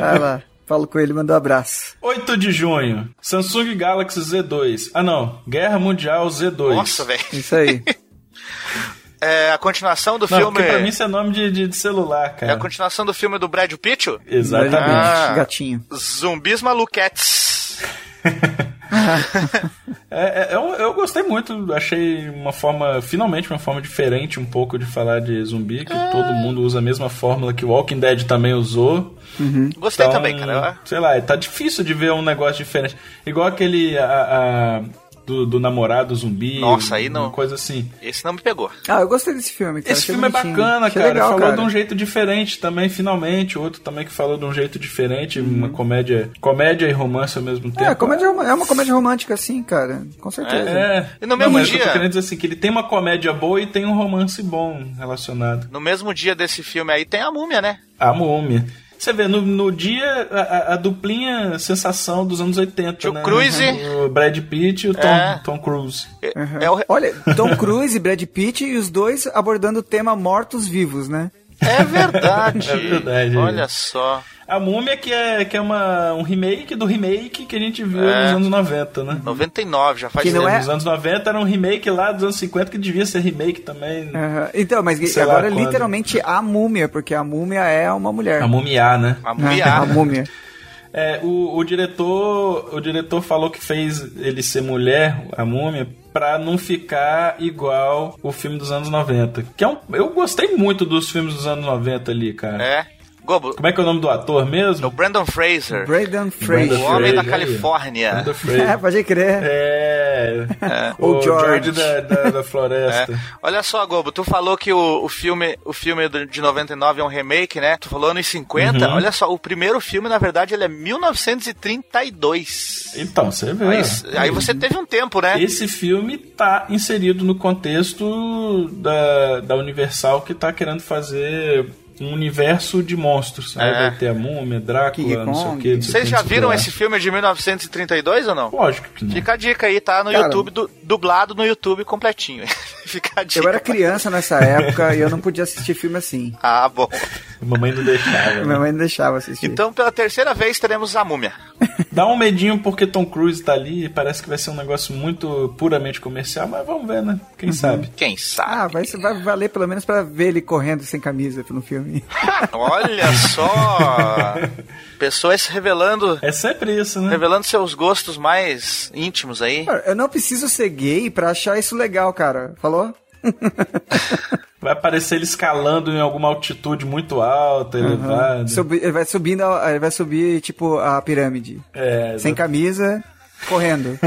Speaker 2: Vai lá. Falo com ele, mando um abraço.
Speaker 3: 8 de junho, Samsung Galaxy Z2. Ah, não. Guerra Mundial Z2.
Speaker 1: Nossa, velho.
Speaker 2: Isso aí.
Speaker 1: É, a continuação do
Speaker 3: Não,
Speaker 1: filme.
Speaker 3: porque pra mim isso é nome de, de- de celular,
Speaker 1: É
Speaker 3: cara.
Speaker 1: a continuação do filme do Brad Pitt?
Speaker 3: Exatamente.
Speaker 1: Ah.
Speaker 2: Gatinho.
Speaker 1: Zumbis Maluquetes.
Speaker 3: É, é, eu, eu gostei muito, achei uma forma, finalmente uma forma diferente um pouco de falar de zumbi, que
Speaker 1: Ah.
Speaker 3: todo mundo usa a mesma fórmula que o Walking Dead também usou.
Speaker 1: Gostei
Speaker 3: Então,
Speaker 1: também, cara. é.
Speaker 3: Sei lá, tá difícil de ver um negócio diferente. Igual aquele a- a- do, do namorado zumbi.
Speaker 1: Nossa, aí não.
Speaker 3: Uma coisa assim.
Speaker 1: Esse não me pegou.
Speaker 2: Ah, eu gostei desse filme, cara.
Speaker 3: Esse
Speaker 2: Achei
Speaker 3: filme é
Speaker 2: bonitinho.
Speaker 3: bacana,
Speaker 2: Achei
Speaker 3: cara.
Speaker 2: legal,
Speaker 3: falou
Speaker 2: cara.
Speaker 3: de um jeito diferente também, finalmente. Outro também que falou de um jeito diferente. Uma comédia. Comédia e romance ao mesmo tempo.
Speaker 2: Uhum. É, comédia rom- é uma comédia romântica, assim, cara. Com certeza.
Speaker 3: É.
Speaker 1: E no mesmo
Speaker 3: mas Eu tô
Speaker 1: dia-
Speaker 3: querendo dizer assim, que ele tem uma comédia boa e tem um romance bom relacionado.
Speaker 1: No mesmo dia desse filme aí tem a múmia, né?
Speaker 3: A múmia. Você vê, no, no dia, a, a- a duplinha sensação dos anos 80,
Speaker 1: Tio
Speaker 3: né?
Speaker 1: Cruise.
Speaker 3: O Brad Pitt e o Tom,
Speaker 1: É.
Speaker 3: Tom Cruise.
Speaker 1: É-
Speaker 2: Uhum.
Speaker 1: é o-
Speaker 2: Olha, Tom Cruise, Brad Pitt e os dois abordando o tema mortos-vivos, né?
Speaker 1: É verdade.
Speaker 3: É verdade.
Speaker 1: Olha só.
Speaker 3: A Múmia, que é, que é uma, um remake do remake que a gente viu
Speaker 1: É.
Speaker 3: nos anos 90, né?
Speaker 1: 99, já faz
Speaker 2: Que não
Speaker 1: tempo.
Speaker 2: é-
Speaker 3: Nos anos 90 era um remake lá dos anos 50 que devia ser remake também.
Speaker 2: Aham. Então, mas
Speaker 3: Sei lá
Speaker 2: agora
Speaker 3: quando.
Speaker 2: literalmente a múmia, porque a múmia é uma mulher.
Speaker 3: A Mumiá, né?
Speaker 1: A
Speaker 2: Né?
Speaker 1: mulher.
Speaker 2: A múmia.
Speaker 3: É, o, o diretor o diretor falou que fez ele ser mulher, a múmia, pra não ficar igual o filme dos anos 90. Que é um, eu gostei muito dos filmes dos anos 90 ali, cara.
Speaker 1: É. Gobo,
Speaker 3: Como é que é o nome do ator
Speaker 1: o
Speaker 3: mesmo?
Speaker 1: Brandon Fraser.
Speaker 2: Brandon
Speaker 1: O
Speaker 2: Fraser.
Speaker 3: Brandon
Speaker 1: homem
Speaker 3: Fraser,
Speaker 1: da
Speaker 3: aí.
Speaker 1: Califórnia.
Speaker 3: Brandon Fraser.
Speaker 2: É, pode crer.
Speaker 3: É.
Speaker 2: O George.
Speaker 3: da, da, da
Speaker 1: É.
Speaker 3: floresta.
Speaker 1: Olha só, Gobo, tu falou que o, o filme o filme do- de 99 é um remake, né? Tu falou anos 50. Olha só, o primeiro filme, na verdade, ele é 1932.
Speaker 3: Então, você vê.
Speaker 1: Aí, aí você teve um tempo, né?
Speaker 3: Esse filme tá inserido no contexto da, da Universal que tá querendo fazer um universo de monstros. Aí
Speaker 1: É.
Speaker 3: vai ter a Múmia, Drácula,
Speaker 2: King
Speaker 3: não sei o
Speaker 2: Kong.
Speaker 3: que. não sei o
Speaker 1: Vocês
Speaker 3: que,
Speaker 1: já
Speaker 3: não sei o que
Speaker 1: viram
Speaker 3: lá.
Speaker 1: esse filme de 1932 ou não?
Speaker 3: Lógico que não.
Speaker 1: Fica a dica aí, tá no
Speaker 2: Cara,
Speaker 1: YouTube, du- dublado no YouTube completinho. Fica a dica.
Speaker 2: Eu era criança nessa época e eu não podia assistir filme assim.
Speaker 1: Ah, bom.
Speaker 3: Mamãe não deixava.
Speaker 2: Minha
Speaker 3: né?
Speaker 2: mãe não deixava assistir.
Speaker 1: Então, pela terceira vez, teremos a múmia.
Speaker 3: Dá um medinho porque Tom Cruise tá ali e parece que vai ser um negócio muito puramente comercial, mas vamos ver, né?
Speaker 1: Uhum.
Speaker 3: Quem sabe?
Speaker 1: Quem sabe?
Speaker 2: Ah, vai, vai valer pelo menos pra ver ele correndo sem camisa no filme.
Speaker 3: Ah.
Speaker 1: Olha só! Pessoas se revelando,
Speaker 3: É sempre isso, né?
Speaker 1: revelando seus gostos mais íntimos aí.
Speaker 2: Cara, eu não preciso ser gay pra achar isso legal, cara. Falou?
Speaker 3: Vai aparecer ele escalando em alguma altitude muito
Speaker 1: Uhum.
Speaker 3: alta, elevada.
Speaker 2: Subi- ele vai subindo, a- ele vai subir, tipo, a pirâmide.
Speaker 3: É,
Speaker 2: Sem camisa, correndo.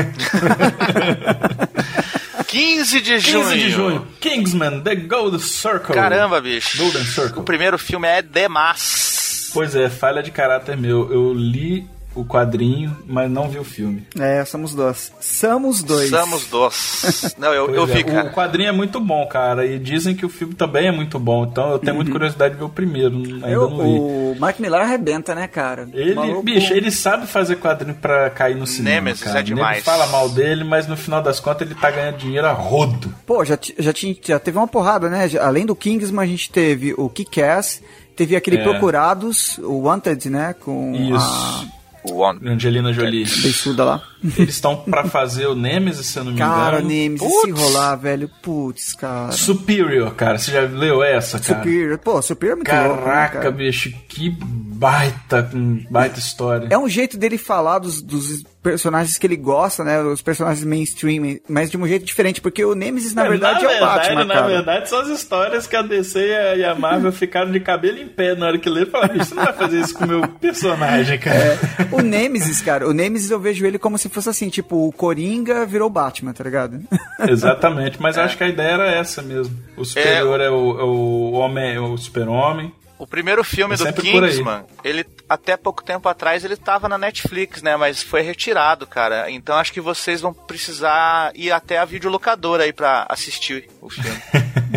Speaker 1: 15 de
Speaker 3: 15
Speaker 1: junho.
Speaker 3: Ah. de junho, Kingsman, The Golden Circle.
Speaker 1: Caramba, bicho.
Speaker 3: Golden Circle.
Speaker 1: O primeiro filme é demais.
Speaker 3: Pois é, falha de caráter meu. Eu li o quadrinho, mas não vi o filme.
Speaker 2: é, somos dois. Somos dois.
Speaker 1: Somos dois. Não, eu,
Speaker 3: Pois
Speaker 1: eu
Speaker 3: é,
Speaker 1: vi,
Speaker 3: O
Speaker 1: cara.
Speaker 3: quadrinho é muito bom, cara, e dizem que o filme também é muito bom, então
Speaker 1: Uhum.
Speaker 3: eu tenho muita curiosidade de ver o primeiro, ainda
Speaker 2: Eu-
Speaker 3: não vi.
Speaker 2: o Mark Millar arrebenta, né, cara?
Speaker 3: Ele,
Speaker 2: Maluco.
Speaker 3: bicho, ele sabe fazer quadrinho pra cair no cinema.
Speaker 1: Nemesis
Speaker 3: cara.
Speaker 1: é demais.
Speaker 3: Ele fala mal dele, mas no final das contas ele tá ganhando dinheiro a rodo.
Speaker 2: Pô, já, ti- já, tinha, já teve uma porrada, né? Já- Além do Kingsman, a gente teve o Kick-Ass, teve aquele
Speaker 3: É.
Speaker 2: Procurados, o Wanted, né? Com a
Speaker 3: Isso.
Speaker 1: O homem.
Speaker 3: Angelina
Speaker 1: É
Speaker 3: Jolie.
Speaker 2: beiçuda lá.
Speaker 3: Eles estão pra fazer o Nemesis, se eu não me
Speaker 2: Cara,
Speaker 3: engano.
Speaker 2: Nemesis,
Speaker 3: Putz,
Speaker 2: se rolar, velho, putz, cara.
Speaker 3: Superior, cara. Você já leu essa, cara?
Speaker 2: Superior, pô, Superior é muito louco, né,
Speaker 3: Caraca,
Speaker 2: cara?
Speaker 3: bicho, que baita, hum, baita história.
Speaker 2: É um jeito dele falar dos, dos personagens que ele gosta, né? Os personagens mainstream, mas de um jeito diferente, porque o Nemesis, na verdade, é o Batman,
Speaker 3: na
Speaker 2: cara.
Speaker 3: verdade, são as histórias que a DC e a, e a Marvel ficaram de cabelo em pé na hora que leram. Falaram, bicho, você não vai fazer isso com o meu personagem, cara.
Speaker 2: O Nemesis, cara, o Nemesis eu vejo ele como se fosse assim, tipo, o Coringa virou Batman, tá ligado?
Speaker 3: Exatamente,
Speaker 2: É.
Speaker 3: mas acho que a ideia era essa mesmo. O superior é, o, é o homem, é o super-homem.
Speaker 1: O primeiro filme
Speaker 3: É
Speaker 1: do
Speaker 3: sempre por aí.
Speaker 1: Kingsman, ele até pouco tempo atrás ele tava na Netflix, né? Mas foi retirado, cara. Então acho que vocês vão precisar ir até a videolocadora aí pra assistir o filme.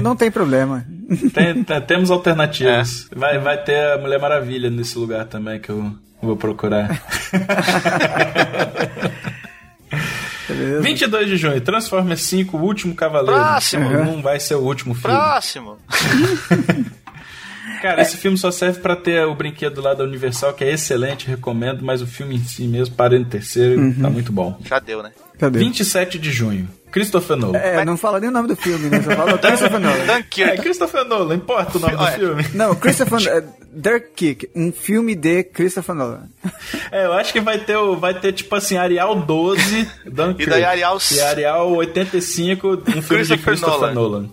Speaker 2: Não tem problema.
Speaker 3: Tem- tem- temos alternativas.
Speaker 2: É.
Speaker 3: Vai, vai ter a Mulher Maravilha nesse lugar também que eu vou procurar.
Speaker 2: Beleza?
Speaker 3: 22 de junho, Transformers 5, o último cavaleiro.
Speaker 1: Próximo.
Speaker 3: Não vai ser o último filme.
Speaker 1: Próximo.
Speaker 3: Cara, esse filme só serve pra ter o brinquedo lá da Universal, que é excelente, recomendo, mas o filme em si mesmo, parei no terceiro, tá muito bom.
Speaker 1: Já deu, né?
Speaker 2: Cadê?
Speaker 3: 27 de junho, Christopher Nolan.
Speaker 2: É, não fala nem o nome do filme, né? Só fala o Christopher Nolan.
Speaker 3: É,
Speaker 1: Dunkirk.
Speaker 3: Christopher Nolan, importa o nome do
Speaker 1: Olha.
Speaker 3: filme.
Speaker 2: Não, Christopher eh, Dirk Kick, um filme de Christopher Nolan.
Speaker 3: É, eu acho que vai ter, o- vai ter tipo assim, Arial 12, Dunkirk.
Speaker 1: E daí Arial-
Speaker 3: E Arial 85, um filme de
Speaker 1: Christopher
Speaker 3: Christopher Nolan.
Speaker 1: Nolan.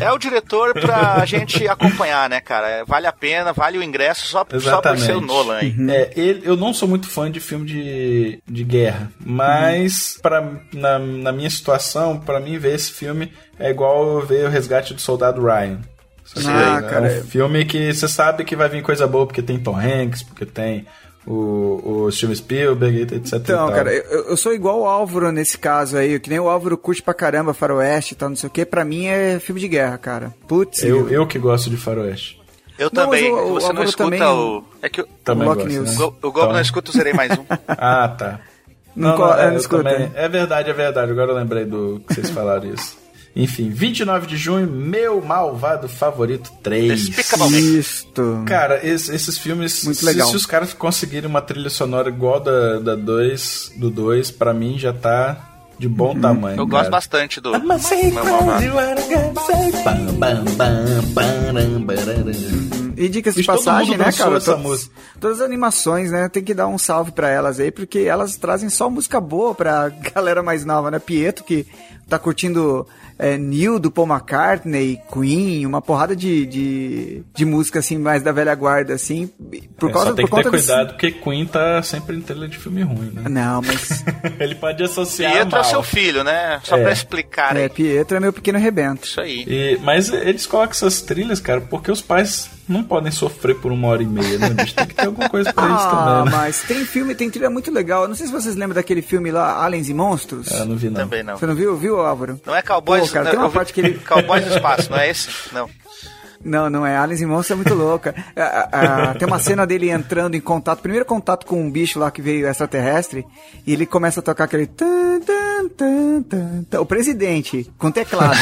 Speaker 3: É
Speaker 1: É o diretor pra gente acompanhar, né, cara? Vale a pena, vale o ingresso só, só por
Speaker 3: Exatamente.
Speaker 1: ser o Nolan aí.
Speaker 2: Uhum.
Speaker 3: É, ele- eu não sou muito fã de filme de, de guerra, mas
Speaker 2: Uhum.
Speaker 3: pra, na, na minha situação, pra mim ver esse filme é igual eu ver o Resgate do Soldado Ryan. Sabe?
Speaker 2: Ah, cara,
Speaker 3: é
Speaker 2: é.
Speaker 3: um filme que você sabe que vai vir coisa boa porque tem Tom Hanks, porque tem o, o Steven Spielberg, etc. e
Speaker 2: Então,
Speaker 3: tal.
Speaker 2: cara, eu, eu sou igual o Álvaro nesse caso aí, que nem o Álvaro curte pra caramba faroeste e tal, não sei o que, pra mim é filme de guerra, cara. Putz,
Speaker 3: eu, eu que gosto de faroeste.
Speaker 1: Eu
Speaker 2: Não,
Speaker 1: também.
Speaker 2: mas o- o
Speaker 1: Você não
Speaker 2: Álvaro
Speaker 1: escuta
Speaker 2: também-
Speaker 1: o. É que o,
Speaker 3: Também
Speaker 2: Lock
Speaker 3: gosto,
Speaker 2: News.
Speaker 3: né?
Speaker 1: o Go- o Gobo não
Speaker 3: Então-
Speaker 1: escuta, eu zerei mais um.
Speaker 3: Ah, tá.
Speaker 2: Não co- é, não
Speaker 3: eu
Speaker 2: escuta,
Speaker 3: também-
Speaker 2: né?
Speaker 3: É verdade, é verdade. Agora eu lembrei do que vocês falaram isso. Enfim, 29 de junho, meu malvado favorito 3.
Speaker 1: Despicable Me.
Speaker 2: Isto.
Speaker 3: Cara, es- esses filmes,
Speaker 2: Muito
Speaker 3: se,
Speaker 2: legal.
Speaker 3: se os caras conseguirem uma trilha sonora igual da, da dois, do 2, pra mim já tá de
Speaker 2: Uhum.
Speaker 3: bom tamanho.
Speaker 1: Eu gosto
Speaker 3: cara.
Speaker 1: bastante do. Meu Malvado.
Speaker 3: então,
Speaker 2: E dicas de
Speaker 3: Todo
Speaker 2: passagem,
Speaker 3: mundo
Speaker 2: né,
Speaker 3: dançou
Speaker 2: cara?
Speaker 3: essa
Speaker 2: Todas-
Speaker 3: música.
Speaker 2: Todas as animações, né? Tem que dar um salve pra elas aí, porque elas trazem só música boa pra galera mais nova, né? Pietro, que tá curtindo é, Neil, do Paul McCartney, Queen, uma porrada de, de, de música, assim, mais da velha guarda, assim. Por
Speaker 3: É,
Speaker 2: causa
Speaker 3: só tem
Speaker 2: por
Speaker 3: que ter
Speaker 2: conta desse-
Speaker 3: cuidado, porque Queen tá sempre em trilha de filme ruim, né?
Speaker 2: Não, mas
Speaker 3: Ele pode associar
Speaker 1: Pietro é
Speaker 3: mal.
Speaker 1: seu filho, né? Só
Speaker 3: É.
Speaker 1: pra explicar
Speaker 2: é,
Speaker 1: é.
Speaker 2: Pietro é meu pequeno rebento.
Speaker 1: isso aí.
Speaker 3: E- mas eles colocam essas trilhas, cara, porque os pais não podem sofrer por uma hora e meia, né, bicho? Tem que ter alguma coisa pra eles
Speaker 2: Ah,
Speaker 3: também, né?
Speaker 2: mas tem filme, tem trilha muito legal. Eu Não sei se vocês lembram daquele filme lá, Aliens e Monstros.
Speaker 3: Eu Ah, não vi, não.
Speaker 1: Também não.
Speaker 2: Você não viu, viu, Álvaro?
Speaker 1: Não é Cowboys...
Speaker 2: Pô, cara,
Speaker 1: não,
Speaker 2: tem uma
Speaker 1: eu vi-
Speaker 2: parte que ele-
Speaker 1: Cowboys do Espaço, não é esse? Não.
Speaker 2: Não, não é. Aliens e Monstros é muito louca. Ah, ah, tem uma cena dele entrando em contato, primeiro contato com um bicho lá que veio extraterrestre, e ele começa a tocar aquele. tan, tan, tan, tan, tan, o presidente, com teclado.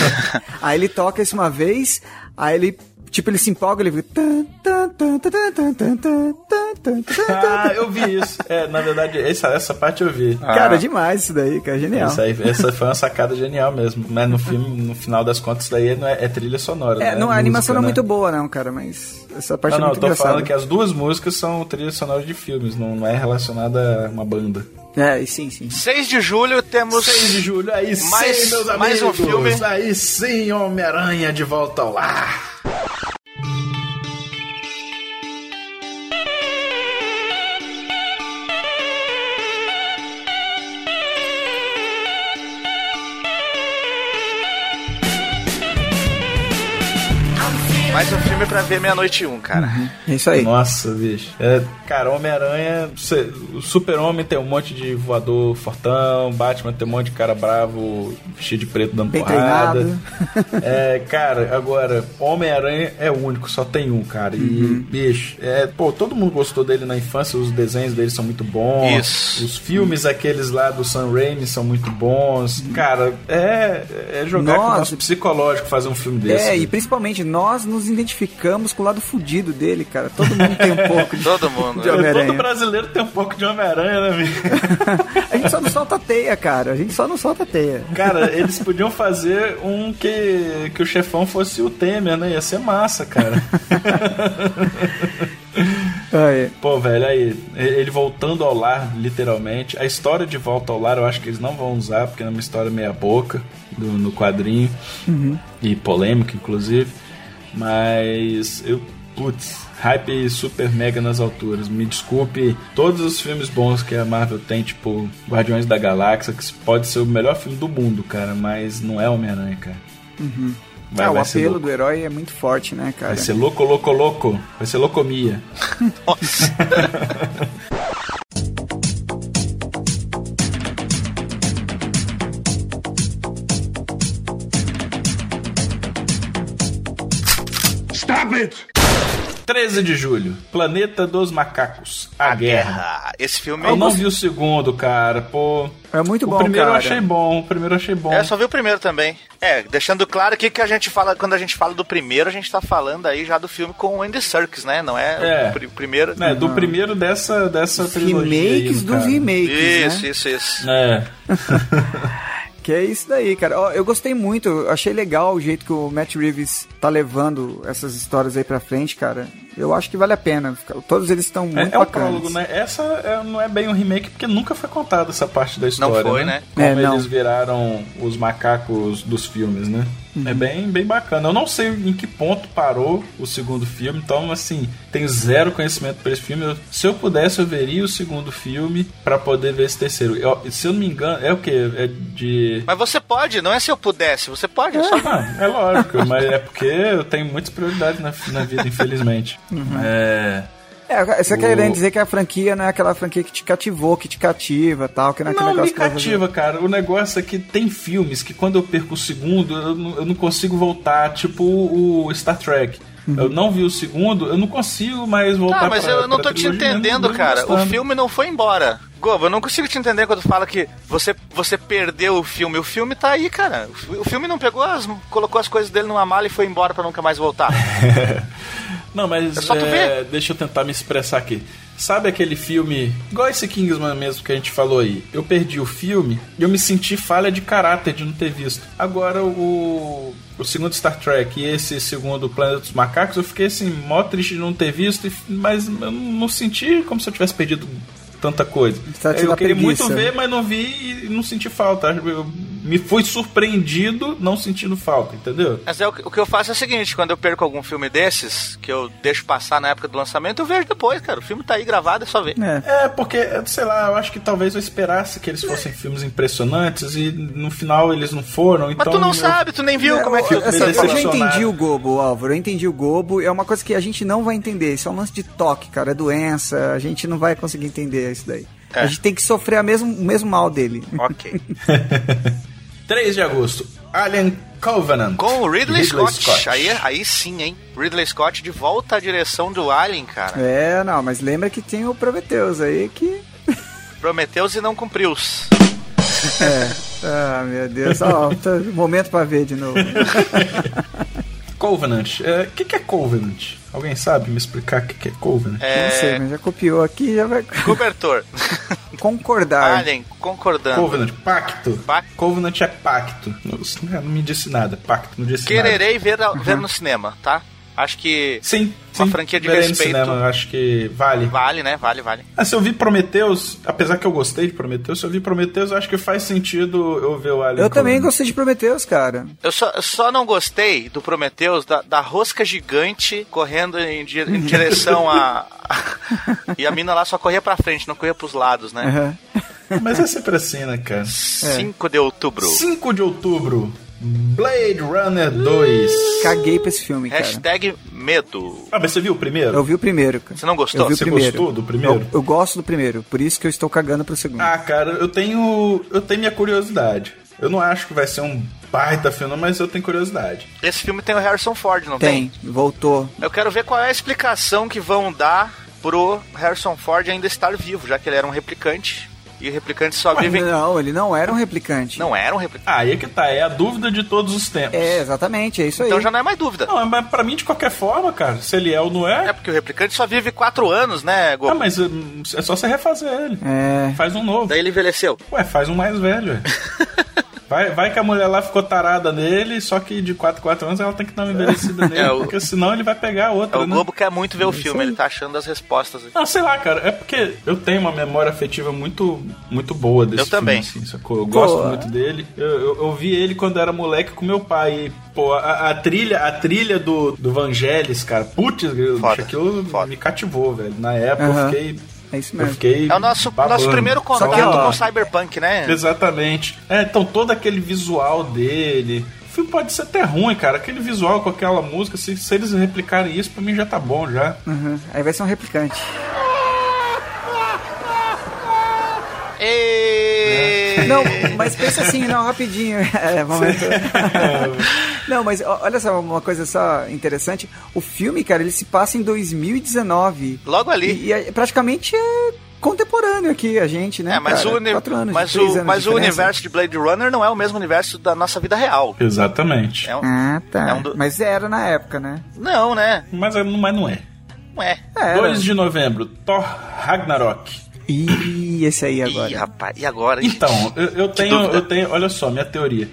Speaker 2: aí ele toca isso uma vez, aí ele. Tipo, ele se empolga, ele fica. tan, tan, tan, tan, tan, tan, tan, tan, tan, tan, tan.
Speaker 3: Ah, eu vi isso. É, na verdade, essa, essa parte eu vi.
Speaker 2: Cara, é demais isso daí, cara, genial.
Speaker 3: Essa, Ah. aí- essa foi uma sacada genial mesmo. Mas no filme, no final das contas, isso daí não é, é trilha sonora. né?
Speaker 2: É, não, a
Speaker 3: Música,
Speaker 2: animação não é
Speaker 3: né?
Speaker 2: muito boa, não, cara, mas essa parte
Speaker 3: Não,
Speaker 2: é
Speaker 3: não, eu
Speaker 2: muito
Speaker 3: tô
Speaker 2: engraçada.
Speaker 3: falando que as duas músicas são trilha sonora de filmes, não, não é relacionada a uma banda.
Speaker 2: É, sim, sim.
Speaker 1: 6 de julho temos...
Speaker 3: 6 de julho, aí
Speaker 1: Mais-
Speaker 3: sim, meus amigos.
Speaker 1: mais um filme.
Speaker 3: Aí sim, Homem-Aranha de volta ao lar.
Speaker 1: Mais um filme pra ver meia-noite e um, cara.
Speaker 2: É isso aí.
Speaker 3: Nossa, bicho. É, cara, Homem-Aranha, cê- o Super-Homem tem um monte de voador fortão, Batman tem um monte de cara bravo, vestido de preto dando
Speaker 2: Bem
Speaker 3: porrada.
Speaker 2: treinado.
Speaker 3: É, cara, agora, Homem-Aranha é único, só tem um, cara. E,
Speaker 2: Uhum.
Speaker 3: bicho, é, pô, todo mundo gostou dele na infância, os desenhos dele são muito bons.
Speaker 1: Isso.
Speaker 3: Os filmes, aqueles lá do Sam Raimi, são muito bons.
Speaker 2: Uhum.
Speaker 3: Cara, é, é jogar com o
Speaker 2: Nossa.
Speaker 3: nosso psicológico fazer um filme desse.
Speaker 2: É, e
Speaker 3: bicho.
Speaker 2: principalmente nós nos identificamos com o lado fudido dele, cara. Todo mundo tem um pouco de,
Speaker 1: Todo mundo.
Speaker 2: de
Speaker 1: né?
Speaker 3: Todo
Speaker 2: Homem-Aranha.
Speaker 3: brasileiro tem um pouco de Homem-Aranha, né, bicho?
Speaker 2: A gente só não solta teia, cara. A gente só não solta teia.
Speaker 3: Cara, eles podiam fazer um que, que o chefão fosse o Temer, né? Ia ser massa, cara.
Speaker 2: Aí.
Speaker 3: Pô, velho, aí, e- ele voltando ao lar, literalmente. A história de volta ao lar eu acho que eles não vão usar, porque é uma história meia boca do- no quadrinho. E polêmica, inclusive. Mas eu. Putz, hype super mega nas alturas. Me desculpe todos os filmes bons que a Marvel tem, tipo Guardiões da Galáxia, que pode ser o melhor filme do mundo, cara, mas não é Homem-Aranha, cara. Vai,
Speaker 2: Ah, o
Speaker 3: vai ser
Speaker 2: apelo
Speaker 3: louco.
Speaker 2: do herói é muito forte, né, cara?
Speaker 3: Vai ser louco, louco, louco. Vai ser loucomia.
Speaker 1: Nossa.
Speaker 5: Stop it!
Speaker 3: 13 de julho, Planeta dos Macacos, A, Guerra.
Speaker 1: Ah, Esse filme...
Speaker 3: Eu não vi o segundo, cara, pô.
Speaker 2: É muito bom,
Speaker 3: o primeiro
Speaker 2: cara.
Speaker 3: eu achei bom, o primeiro eu achei bom.
Speaker 1: É, eu só vi o primeiro também. É, deixando claro que, que a gente fala, quando a gente fala do primeiro, a gente tá falando aí já do filme com o Andy Serkis, né? Não é,
Speaker 3: É.
Speaker 1: o pri- primeiro.
Speaker 3: É, do primeiro dessa, dessa trilogia. aí,
Speaker 2: Remakes
Speaker 3: no
Speaker 2: dos
Speaker 3: caso.
Speaker 2: remakes,
Speaker 1: Isso,
Speaker 2: né?
Speaker 1: isso, isso.
Speaker 3: É.
Speaker 2: Que é isso daí, cara. Ó, eu gostei muito, eu achei legal o jeito que o Matt Reeves tá levando essas histórias aí pra frente, cara. Eu acho que vale a pena. Fica- Todos eles estão
Speaker 3: É,
Speaker 2: muito
Speaker 3: é o
Speaker 2: bacanas.
Speaker 3: prólogo, né? Essa é- não é bem um remake, porque nunca foi contada essa parte da história.
Speaker 1: foi, né?
Speaker 3: Como
Speaker 2: É, não.
Speaker 3: eles viraram os macacos dos filmes, né?
Speaker 2: Uhum.
Speaker 3: É bem, bem bacana. Eu não sei em que ponto parou o segundo filme, então, assim, tenho zero conhecimento pra esse filme. Eu- se eu pudesse, eu veria o segundo filme pra poder ver esse terceiro. Eu- se eu não me engano, é o quê? É de.
Speaker 1: Mas você pode, não é se eu pudesse, você pode. É. Só...
Speaker 3: Ah, é lógico, mas é porque eu tenho muitas prioridades na, na vida, infelizmente.
Speaker 2: Uhum.
Speaker 3: É.
Speaker 2: É, você
Speaker 3: O-
Speaker 2: querendo dizer que a franquia não é aquela franquia que te cativou, que te cativa tal, que não é aquele
Speaker 3: Não, me
Speaker 2: negócio que vai fazer-
Speaker 3: cativa, cara. O negócio é que tem filmes que quando eu perco o segundo, eu não, eu não consigo voltar. Tipo o Star Trek.
Speaker 2: Uhum.
Speaker 3: Eu não vi o segundo, eu não consigo mais voltar
Speaker 1: Tá, mas
Speaker 3: pra-
Speaker 1: eu não
Speaker 3: pra
Speaker 1: tô te
Speaker 3: trilogia, né?
Speaker 1: entendendo,
Speaker 3: não tô
Speaker 1: cara. O
Speaker 3: gostando.
Speaker 1: filme não foi embora. Gobo, eu não consigo te entender quando fala que você, você perdeu o filme. O filme tá aí, cara. O fi- O filme não pegou as. colocou as coisas dele numa mala e foi embora pra nunca mais voltar.
Speaker 3: Não, mas
Speaker 1: É só tu
Speaker 3: é, deixa eu tentar me expressar aqui. Sabe aquele filme, igual esse Kingsman mesmo que a gente falou aí? Eu perdi o filme e eu me senti falha de caráter de não ter visto. Agora o, o segundo Star Trek e esse segundo Planeta dos Macacos, eu fiquei assim, mó triste de não ter visto, e- mas eu não senti como se eu tivesse perdido tanta coisa.
Speaker 2: Tá te
Speaker 3: eu
Speaker 2: dá
Speaker 3: queria
Speaker 2: preguiça,
Speaker 3: muito
Speaker 2: né?
Speaker 3: ver, mas não vi e não senti falta. Eu me fui surpreendido não sentindo falta, entendeu?
Speaker 1: Mas é, o, que- o que eu faço é o seguinte: quando eu perco algum filme desses, que eu deixo passar na época do lançamento, eu vejo depois, cara. O filme tá aí gravado, é só ver.
Speaker 2: É.
Speaker 3: É, porque, sei lá, eu acho que talvez eu esperasse que eles fossem filmes impressionantes e no final eles não foram,
Speaker 1: Mas
Speaker 3: então...
Speaker 1: tu não
Speaker 3: eu-
Speaker 1: sabe, tu nem viu
Speaker 2: É,
Speaker 1: como é que.
Speaker 3: filme
Speaker 2: eu, essa- eu já
Speaker 3: decepcionado.
Speaker 2: entendi o Gobo, Álvaro. Eu entendi o Gobo. É uma coisa que a gente não vai entender. Isso é um lance de toque, cara. É doença. A gente não vai conseguir entender isso daí.
Speaker 1: É.
Speaker 2: A gente tem que sofrer a mesmo, o mesmo mal dele.
Speaker 1: Ok.
Speaker 3: 3 de agosto, Alien Covenant.
Speaker 1: Com o Ridley,
Speaker 3: Ridley
Speaker 1: Scott.
Speaker 3: Scott.
Speaker 1: Aí, é aí sim, hein? Ridley Scott de volta à direção do Alien, cara.
Speaker 2: É, não, mas lembra que tem o Prometheus aí que.
Speaker 3: É.
Speaker 1: Prometeu-se e não cumpriu-se.
Speaker 2: Ah, meu Deus, ó, tá- momento pra ver de novo.
Speaker 3: Covenant. É, O que, que é Covenant? Alguém sabe me explicar o que, que é Covenant?
Speaker 2: Não sei,
Speaker 1: É.
Speaker 2: mas já copiou aqui já vai
Speaker 1: Cobertor.
Speaker 2: concordar.
Speaker 1: Alien, concordando.
Speaker 3: Covenant, pacto.
Speaker 1: Pacto.
Speaker 3: Covenant é pacto. Nossa, Não me disse nada, pacto, não disse nada.
Speaker 1: Quererei ver,
Speaker 2: Uhum.
Speaker 1: ver no cinema, tá? Acho que
Speaker 3: Sim,
Speaker 1: Uma
Speaker 3: sim,
Speaker 1: franquia de
Speaker 3: verei no
Speaker 1: respeito.
Speaker 3: cinema, eu acho que vale.
Speaker 1: vale, né? Vale, vale.
Speaker 3: Ah, se eu vi Prometheus, apesar que eu gostei de Prometheus, se eu vi Prometheus, eu acho que faz sentido eu ver o Alien
Speaker 2: Eu também
Speaker 3: Covenant.
Speaker 2: gostei de Prometheus, cara.
Speaker 1: Eu só, eu só não gostei do Prometheus da, da rosca gigante correndo em, di- em direção a. e a mina lá só corria pra frente, não corria pros lados, né?
Speaker 2: Aham.
Speaker 3: Mas é sempre assim, né, cara?
Speaker 1: 5 de outubro.
Speaker 3: 5 de outubro, Blade Runner 2.
Speaker 2: Caguei pra esse filme, cara.
Speaker 1: Hashtag medo.
Speaker 3: Ah, mas você viu o primeiro?
Speaker 2: Eu vi o primeiro, cara.
Speaker 1: Você não gostou?
Speaker 2: Eu vi o
Speaker 3: você
Speaker 2: primeiro.
Speaker 3: gostou do primeiro?
Speaker 2: Eu, eu gosto do primeiro, por isso que eu estou cagando pro segundo.
Speaker 3: Ah, cara, eu tenho. Eu tenho minha curiosidade. Eu não acho que vai ser um baita filme, mas eu tenho curiosidade.
Speaker 1: Esse filme tem o Harrison Ford, não tem?
Speaker 2: tem, voltou.
Speaker 1: Eu quero ver qual é a explicação que vão dar pro Harrison Ford ainda estar vivo, já que ele era um replicante. E replicantes só vivem.
Speaker 2: Não, ele não era um replicante.
Speaker 1: Não era um replicante.
Speaker 3: Ah, aí é que tá, é a dúvida de todos os tempos.
Speaker 2: É, exatamente, é isso
Speaker 1: Então
Speaker 2: aí.
Speaker 1: já não é mais dúvida.
Speaker 3: Não, mas pra mim, de qualquer forma, cara, se ele é ou não é.
Speaker 1: É porque o replicante só vive 4 anos, né, Goku?
Speaker 3: Ah, mas hum, é só você refazer ele.
Speaker 2: É.
Speaker 3: Faz um novo.
Speaker 1: Daí ele envelheceu.
Speaker 3: Ué, faz um mais velho. ué. Vai, vai que a mulher lá ficou tarada nele, só que de 4 4 anos ela tem que dar uma envelhecida nele,
Speaker 1: É, o-
Speaker 3: porque senão ele vai pegar a
Speaker 1: É,
Speaker 3: outra,
Speaker 1: o
Speaker 3: né?
Speaker 1: Globo quer muito ver o
Speaker 3: Isso
Speaker 1: filme,
Speaker 3: aí.
Speaker 1: ele tá achando as respostas aqui.
Speaker 3: Ah, sei lá, cara, é porque eu tenho uma memória afetiva muito, muito boa desse
Speaker 1: Eu também.
Speaker 3: filme, assim, sacou? Eu gosto
Speaker 2: Pô.
Speaker 3: muito dele. Eu, eu, eu vi ele quando era moleque com meu pai. E, pô, a, a trilha, a trilha do, do Vangelis, cara, putz, grilo,
Speaker 1: Foda,
Speaker 3: bicho, aquilo
Speaker 1: foda.
Speaker 3: me cativou, velho. Na época eu
Speaker 2: Aham.
Speaker 3: fiquei.
Speaker 2: É isso
Speaker 3: Eu
Speaker 2: mesmo.
Speaker 3: fiquei
Speaker 1: É o nosso,
Speaker 3: babando.
Speaker 1: nosso primeiro
Speaker 2: que,
Speaker 1: contato
Speaker 2: ó,
Speaker 1: com o Cyberpunk, né?
Speaker 3: Exatamente. É, então todo aquele visual dele. O filme pode ser até ruim, cara. Aquele visual com aquela música, se, se eles replicarem isso, pra mim já tá bom já.
Speaker 2: Uhum. Aí vai ser um replicante.
Speaker 3: É.
Speaker 1: E...
Speaker 2: Não, mas pensa assim, não, rapidinho. É, momento. não, mas ó, olha só, uma coisa só interessante. O filme, cara, ele se passa em 2019.
Speaker 1: Logo ali.
Speaker 2: E, e é- praticamente é contemporâneo aqui, a gente, né?
Speaker 1: É, mas,
Speaker 2: cara?
Speaker 1: o, uni-
Speaker 2: Quatro anos,
Speaker 1: mas,
Speaker 2: três
Speaker 1: o,
Speaker 2: anos
Speaker 1: mas
Speaker 2: de
Speaker 1: o
Speaker 2: diferença.
Speaker 1: universo de Blade Runner não é o mesmo universo da nossa vida real.
Speaker 3: Exatamente.
Speaker 1: É um-
Speaker 2: Ah, tá.
Speaker 1: É um do-
Speaker 2: Mas era na época, né?
Speaker 1: Não, né?
Speaker 3: Mas, é- mas não é.
Speaker 1: Não é.
Speaker 2: Era.
Speaker 3: 2 de novembro, Thor Ragnarok.
Speaker 2: Ih, esse aí
Speaker 1: Ih,
Speaker 2: agora.
Speaker 1: rapaz, e agora? gente?
Speaker 3: Então, eu, eu tenho,
Speaker 1: dúvida.
Speaker 3: eu tenho. Olha só, minha teoria.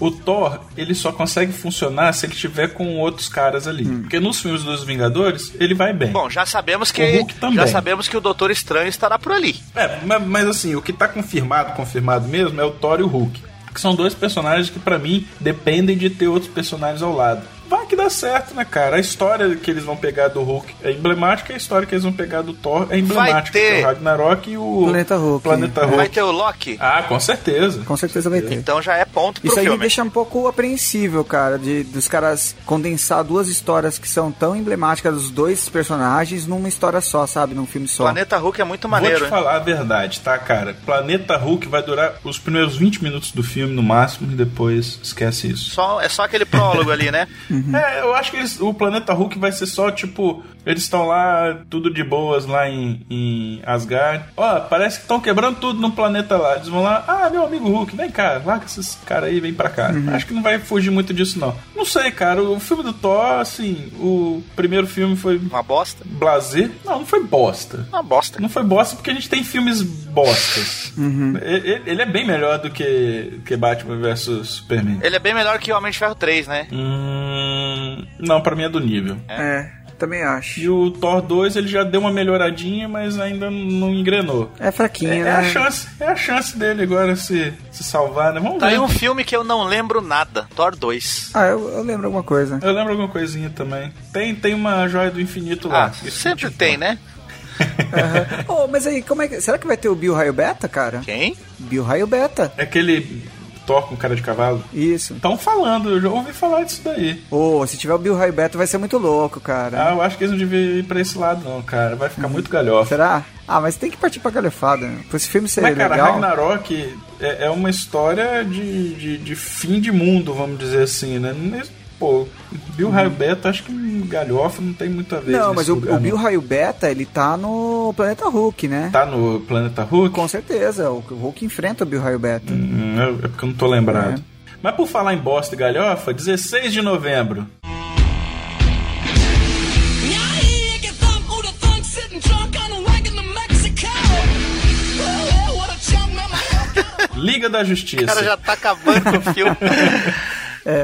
Speaker 3: O Thor, ele só consegue funcionar se ele tiver com outros caras ali. Porque nos filmes dos Vingadores, ele vai bem.
Speaker 1: Hum. Bom, já sabemos
Speaker 3: O
Speaker 1: que
Speaker 3: Hulk também.
Speaker 1: já sabemos que o Doutor Estranho estará por ali.
Speaker 3: É, ma- mas assim, o que tá confirmado, confirmado mesmo, é o Thor e o Hulk. Que são dois personagens que, pra mim, dependem de ter outros personagens ao lado. Vai que dá certo, né, cara? A história que eles vão pegar do Hulk é emblemática, a história que eles vão pegar do Thor é emblemática.
Speaker 1: ter-
Speaker 3: que é O Ragnarok e o
Speaker 2: Planeta Hulk.
Speaker 3: Planeta Hulk.
Speaker 1: Vai ter o Loki.
Speaker 3: Ah, com certeza.
Speaker 2: Com certeza vai ter.
Speaker 1: Então já é ponto pro
Speaker 2: Isso aí me
Speaker 1: filme.
Speaker 2: deixa um pouco apreensível, cara, de dos caras condensar duas histórias que são tão emblemáticas dos dois personagens numa história só, sabe? Num filme só.
Speaker 1: Planeta Hulk é muito maneiro,
Speaker 3: Vou te
Speaker 1: hein?
Speaker 3: falar a verdade, tá, cara? Planeta Hulk vai durar os primeiros 20 minutos do filme, no máximo, e depois esquece isso.
Speaker 1: Só, é só aquele prólogo ali, né?
Speaker 3: É, É, eu acho que eles- o Planeta Hulk vai ser só, tipo, eles estão lá, tudo de boas lá em, em Asgard. Ó, parece que estão quebrando tudo no planeta lá. Eles vão lá, ah, meu amigo Hulk, vem cá, larga esses caras aí, vem pra cá. Acho que não vai fugir muito disso, não. Não sei, cara, o filme do Thor, assim, o primeiro filme foi
Speaker 1: Uma bosta?
Speaker 3: blazer. Não, não foi bosta.
Speaker 1: Uma bosta.
Speaker 3: Não foi bosta porque a gente tem filmes bostas. E- Ele, ele é bem melhor do que, que Batman vs Superman.
Speaker 1: Ele é bem melhor que o Homem de Ferro 3, né?
Speaker 3: Hum, não, pra mim é do nível.
Speaker 2: É, também acho.
Speaker 3: E o Thor 2 ele já deu uma melhoradinha, mas ainda não engrenou.
Speaker 2: É
Speaker 3: É,
Speaker 2: fraquinho,
Speaker 3: é
Speaker 2: né?
Speaker 3: a chance, é a chance dele agora se, se salvar, né? Vamos
Speaker 1: Tá aí
Speaker 3: ver.
Speaker 1: um filme que eu não lembro nada. Thor 2.
Speaker 2: Ah, eu, eu lembro alguma coisa.
Speaker 3: Eu lembro alguma coisinha também. Tem, tem uma joia do infinito lá.
Speaker 1: Ah,
Speaker 3: Isso
Speaker 1: sempre
Speaker 3: que
Speaker 1: tem, né?
Speaker 2: oh, mas aí, como é que. Será que vai ter o Bill Raio Beta, cara?
Speaker 1: Quem?
Speaker 2: Bill Raio Beta.
Speaker 3: É aquele Thor com cara de cavalo.
Speaker 2: Isso.
Speaker 3: Estão falando, eu já ouvi falar disso daí.
Speaker 2: Ô, se tiver o Bill Raio Beta, vai ser muito louco, cara.
Speaker 3: Ah, eu acho que eles não deviam ir pra esse lado, não, cara. Vai ficar muito galhofa.
Speaker 2: Será? Ah, mas tem que partir pra galhofada. né? Pra esse filme ser
Speaker 3: Mas, cara,
Speaker 2: legal.
Speaker 3: é Ragnarok é, é uma história de, de, de fim de mundo, vamos dizer assim, né? Mas, Pô, Bill Raio Beto, acho que um galhofa não tem muito a ver
Speaker 2: Uhum. Não,
Speaker 3: nesse
Speaker 2: mas o,
Speaker 3: lugar,
Speaker 2: o Bill
Speaker 3: não.
Speaker 2: Raio Beta, ele tá no Planeta Hulk, né?
Speaker 3: Tá no Planeta Hulk?
Speaker 2: Com certeza, o o Hulk enfrenta o Bill Raio Beta.
Speaker 3: Hum, é- é porque eu não tô lembrado. Mas por falar em bosta e galhofa, 16 de novembro. Liga da Justiça.
Speaker 1: O cara já tá acabando com o filme.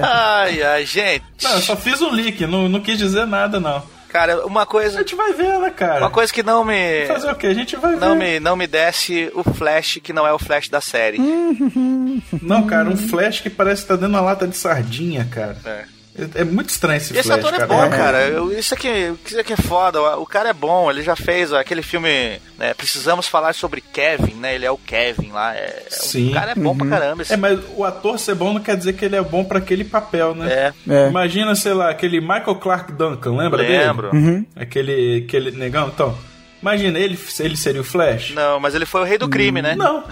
Speaker 1: Ai, ai, gente.
Speaker 3: É. Não, eu só fiz um leak, não, não quis dizer nada, não.
Speaker 1: Cara, uma
Speaker 3: A
Speaker 1: coisa,
Speaker 3: gente vai ver, né, cara?
Speaker 1: uma coisa que não me
Speaker 3: Fazer o quê? A gente vai
Speaker 1: não
Speaker 3: ver.
Speaker 1: me não me desce o Flash que não é o Flash da série.
Speaker 3: Hum. Não, cara, um flash que parece que tá dentro de uma lata de sardinha, cara.
Speaker 1: É.
Speaker 3: É, é muito estranho esse,
Speaker 1: Esse
Speaker 3: flash,
Speaker 1: ator é
Speaker 3: cara.
Speaker 1: bom, cara. Eu- isso, aqui, isso aqui é foda. O, o cara é bom. Ele já fez ó, aquele filme. né, Precisamos falar sobre Kevin, né? Ele é o Kevin lá. É, é um-
Speaker 3: Sim.
Speaker 1: O cara é bom pra caramba. Esse,
Speaker 3: É, mas o ator ser bom não quer dizer que ele é bom pra aquele papel, né?
Speaker 1: É.
Speaker 2: É.
Speaker 3: Imagina, sei lá, aquele Michael Clark Duncan, lembra
Speaker 1: Lembro.
Speaker 3: dele?
Speaker 2: Uhum.
Speaker 3: Aquele, aquele negão, então. Imagina, ele, ele seria o Flash?
Speaker 1: Não, mas ele foi o rei do crime, né?
Speaker 3: Não.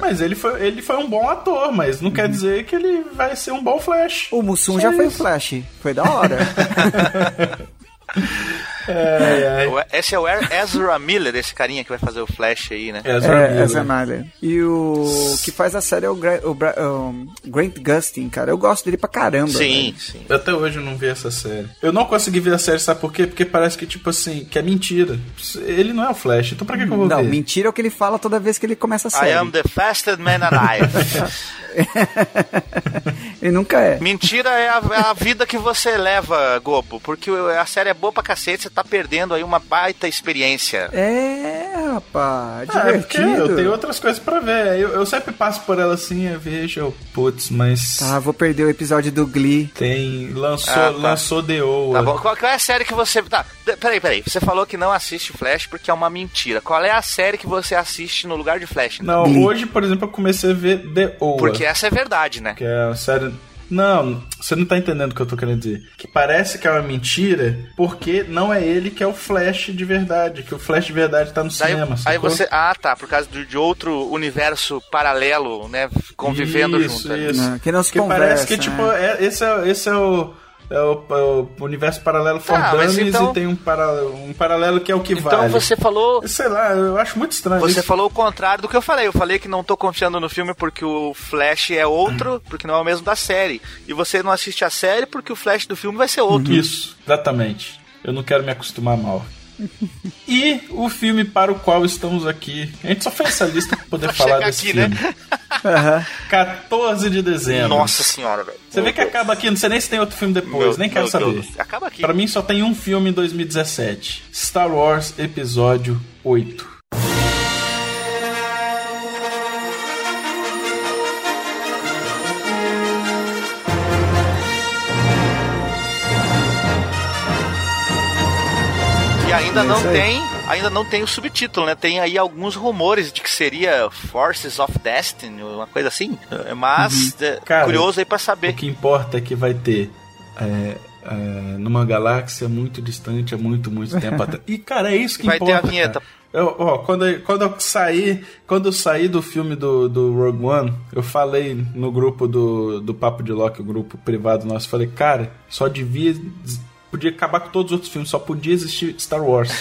Speaker 3: mas ele foi, ele foi um bom ator, mas não quer dizer que ele vai ser um bom Flash.
Speaker 2: Uhum. O Mussum
Speaker 3: Só
Speaker 2: já foi o
Speaker 3: isso.
Speaker 2: Flash. Foi da hora.
Speaker 3: Ai, ai.
Speaker 1: O- Esse é o Ezra Miller, esse carinha que vai fazer o Flash aí, né?
Speaker 3: Ezra
Speaker 2: é,
Speaker 3: Miller.
Speaker 2: essa é a malha. E o que faz a série é o, Gra- o Bra- um, Grant Gustin, cara. Eu gosto dele pra caramba.
Speaker 1: Sim,
Speaker 2: velho.
Speaker 1: sim.
Speaker 3: Eu até hoje não vi essa série. Eu não consegui ver a série, sabe por quê? Porque parece que, tipo assim, que é mentira. Ele não é o Flash, então pra que, que eu vou
Speaker 2: Não,
Speaker 3: ver?
Speaker 2: mentira é o que ele fala toda vez que ele começa a
Speaker 1: I
Speaker 2: série.
Speaker 1: am the fastest man alive.
Speaker 2: Ele nunca é.
Speaker 1: Mentira é a, é a vida que você leva, Gobo. Porque a série é boa pra cacete, você tá perdendo aí uma baita experiência.
Speaker 2: É, rapaz.
Speaker 3: Ah, é porque
Speaker 2: Divertido.
Speaker 3: eu tenho outras coisas pra ver. Eu, eu sempre passo por ela assim, eu vejo, eu, putz, mas
Speaker 2: Tá, vou perder o episódio do Glee.
Speaker 3: tem. Lançou,
Speaker 1: Ah, tá.
Speaker 3: lançou The Oa.
Speaker 1: Tá bom? Qual, qual é a série que você. Tá, d- peraí, peraí. Você falou que não assiste Flash porque é uma mentira. Qual é a série que você assiste no lugar de Flash? então?
Speaker 3: Não,
Speaker 2: Hum.
Speaker 3: hoje, por exemplo, eu comecei a ver The Oa.
Speaker 1: Porque essa é verdade, né?
Speaker 3: Que é a série. Não, você não tá entendendo o que eu tô querendo dizer. Que parece que é uma mentira, porque não é ele que é o Flash de verdade. Que o Flash de verdade tá no
Speaker 1: Daí,
Speaker 3: cinema.
Speaker 1: aí
Speaker 3: sacou?
Speaker 1: você. Ah, tá. Por causa de, de outro universo paralelo, né? Convivendo
Speaker 3: isso, é
Speaker 1: junto. ali.
Speaker 3: Isso.
Speaker 2: Não, Né? que não se
Speaker 3: Porque
Speaker 2: conversa,
Speaker 3: parece que, tipo,
Speaker 2: né?
Speaker 3: é- esse, é, esse é o. é o, é o universo paralelo for
Speaker 1: Ah, mas
Speaker 3: dummies
Speaker 1: então-
Speaker 3: e tem um, para, um paralelo que é o que
Speaker 1: Então
Speaker 3: vale.
Speaker 1: você falou.
Speaker 3: Sei lá, eu acho muito estranho.
Speaker 1: Você
Speaker 3: isso.
Speaker 1: falou o contrário do que eu falei. Eu falei que não tô confiando no filme porque o Flash é
Speaker 3: Hum.
Speaker 1: outro, porque não é o mesmo da série. E você não assiste a série porque o Flash do filme vai ser outro.
Speaker 3: Isso, exatamente. Eu não quero me acostumar mal. e o filme para o qual estamos aqui. A gente só fez essa lista pra poder
Speaker 1: Pra
Speaker 3: falar
Speaker 1: chegar
Speaker 3: desse
Speaker 1: aqui,
Speaker 3: filme.
Speaker 1: né?
Speaker 3: 14 de dezembro.
Speaker 1: Nossa senhora, velho.
Speaker 3: Você vê que acaba aqui, não sei nem se tem outro filme depois,
Speaker 1: Meu-
Speaker 3: nem quero
Speaker 1: meu
Speaker 3: saber.
Speaker 1: Deus. Acaba aqui.
Speaker 3: Pra mim só tem um filme em 2017: Star Wars Episódio 8.
Speaker 1: E ainda não tem, ainda não tem o subtítulo, né? Tem aí alguns rumores de que seria Forces of Destiny, uma coisa assim. Mas é,
Speaker 3: Uhum. Cara,
Speaker 1: curioso aí pra
Speaker 3: O
Speaker 1: saber.
Speaker 3: que importa é que vai ter é, é, numa galáxia muito distante há muito, muito tempo atrás. E, cara, é isso que
Speaker 1: Vai ter
Speaker 3: importa.
Speaker 1: a vinheta.
Speaker 3: cara. Eu, ó, quando, quando eu saí, quando eu saí do filme do, do Rogue One, eu falei no grupo do, do Papo de Loki, o grupo privado nosso, falei, cara, só devia. Podia acabar com todos os outros filmes, só podia existir Star Wars.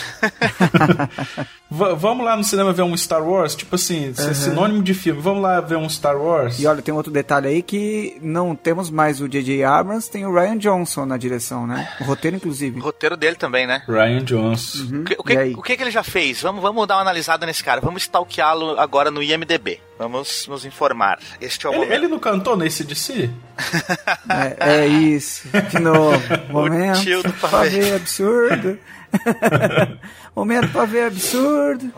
Speaker 3: Va- vamos lá no cinema ver um Star Wars? Tipo assim, isso é sinônimo de filme. Vamos lá ver um Star Wars?
Speaker 2: E olha, tem outro detalhe aí que não temos mais o J.J. Abrams, tem o Ryan Johnson na direção, né? O roteiro,
Speaker 1: O
Speaker 2: inclusive.
Speaker 1: roteiro dele também, né?
Speaker 3: Ryan Johnson.
Speaker 1: O que, o
Speaker 2: e
Speaker 1: que,
Speaker 2: aí?
Speaker 1: o que que ele já fez? Vamos, vamos dar uma analisada nesse cara. Vamos stalkeá-lo agora no IMDB. Vamos nos informar. Este é o
Speaker 3: Ele,
Speaker 1: momento.
Speaker 3: ele não cantou nesse de si?
Speaker 2: É, é isso. De novo. Momento.
Speaker 1: tio do
Speaker 2: pra
Speaker 1: pavê.
Speaker 2: ver absurdo. Momento pra ver absurdo.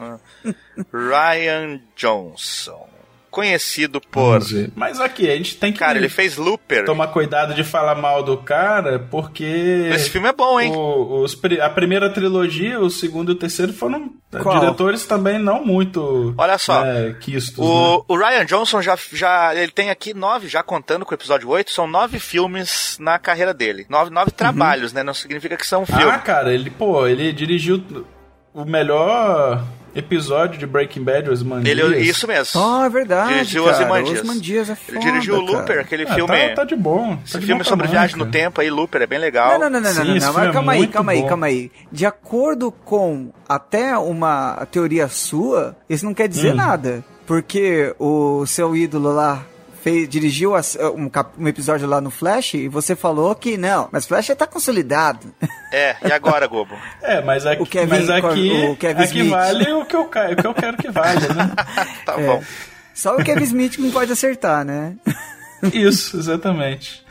Speaker 1: Ryan Johnson. Conhecido por.
Speaker 3: Uhum. Mas aqui, a gente tem que
Speaker 1: Cara, ele é fez Looper.
Speaker 3: tomar cuidado de falar mal do cara, porque.
Speaker 1: Esse filme é bom, hein?
Speaker 3: o- os pri- a primeira trilogia, o segundo e o terceiro foram né,
Speaker 2: Qual?
Speaker 3: diretores também não muito.
Speaker 1: Olha só.
Speaker 3: né, quistos, né?
Speaker 1: O, o Ryan Johnson já, já ele tem aqui nove, já contando com o episódio 8, são nove filmes na carreira dele. Nove, nove trabalhos, né? Não significa que são
Speaker 3: Uhum. Ah,
Speaker 1: filmes.
Speaker 3: cara, ele, pô, ele dirigiu o melhor episódio de Breaking Bad, os
Speaker 1: ele, é isso mesmo.
Speaker 2: Oh,
Speaker 3: Ah,
Speaker 2: é verdade.
Speaker 1: Dirigiu
Speaker 2: cara.
Speaker 1: Ozymandias.
Speaker 2: Ozymandias é foda,
Speaker 1: ele dirigiu o Looper,
Speaker 2: cara.
Speaker 1: aquele
Speaker 3: Ah,
Speaker 1: filme. é-
Speaker 3: Tá, tá de bom. tá
Speaker 1: Esse
Speaker 3: de
Speaker 1: filme é
Speaker 3: bom
Speaker 1: sobre
Speaker 3: tamanho,
Speaker 1: viagem no
Speaker 3: cara.
Speaker 1: tempo aí, Looper, é bem legal.
Speaker 2: Não, não, não, não,
Speaker 3: Sim,
Speaker 2: não, não,
Speaker 3: esse
Speaker 2: não.
Speaker 3: filme
Speaker 2: Mas
Speaker 3: é
Speaker 2: calma aí,
Speaker 3: muito
Speaker 2: calma
Speaker 3: bom.
Speaker 2: aí, calma aí. De acordo com até uma teoria sua, isso não quer dizer
Speaker 3: Hum.
Speaker 2: nada. Porque o seu ídolo lá fez, dirigiu as- um, cap- um episódio lá no Flash e você falou que não, mas Flash já tá consolidado.
Speaker 1: É, e agora, Gobo?
Speaker 3: É, mas aqui,
Speaker 2: O Kevin
Speaker 3: mas aqui,
Speaker 2: Cor- o Kevin
Speaker 3: aqui
Speaker 2: Smith.
Speaker 3: vale o que, eu, ca- o que eu quero que valha, né?
Speaker 1: Tá bom.
Speaker 2: É. Só o Kevin Smith que não pode acertar, né?
Speaker 3: Isso, exatamente.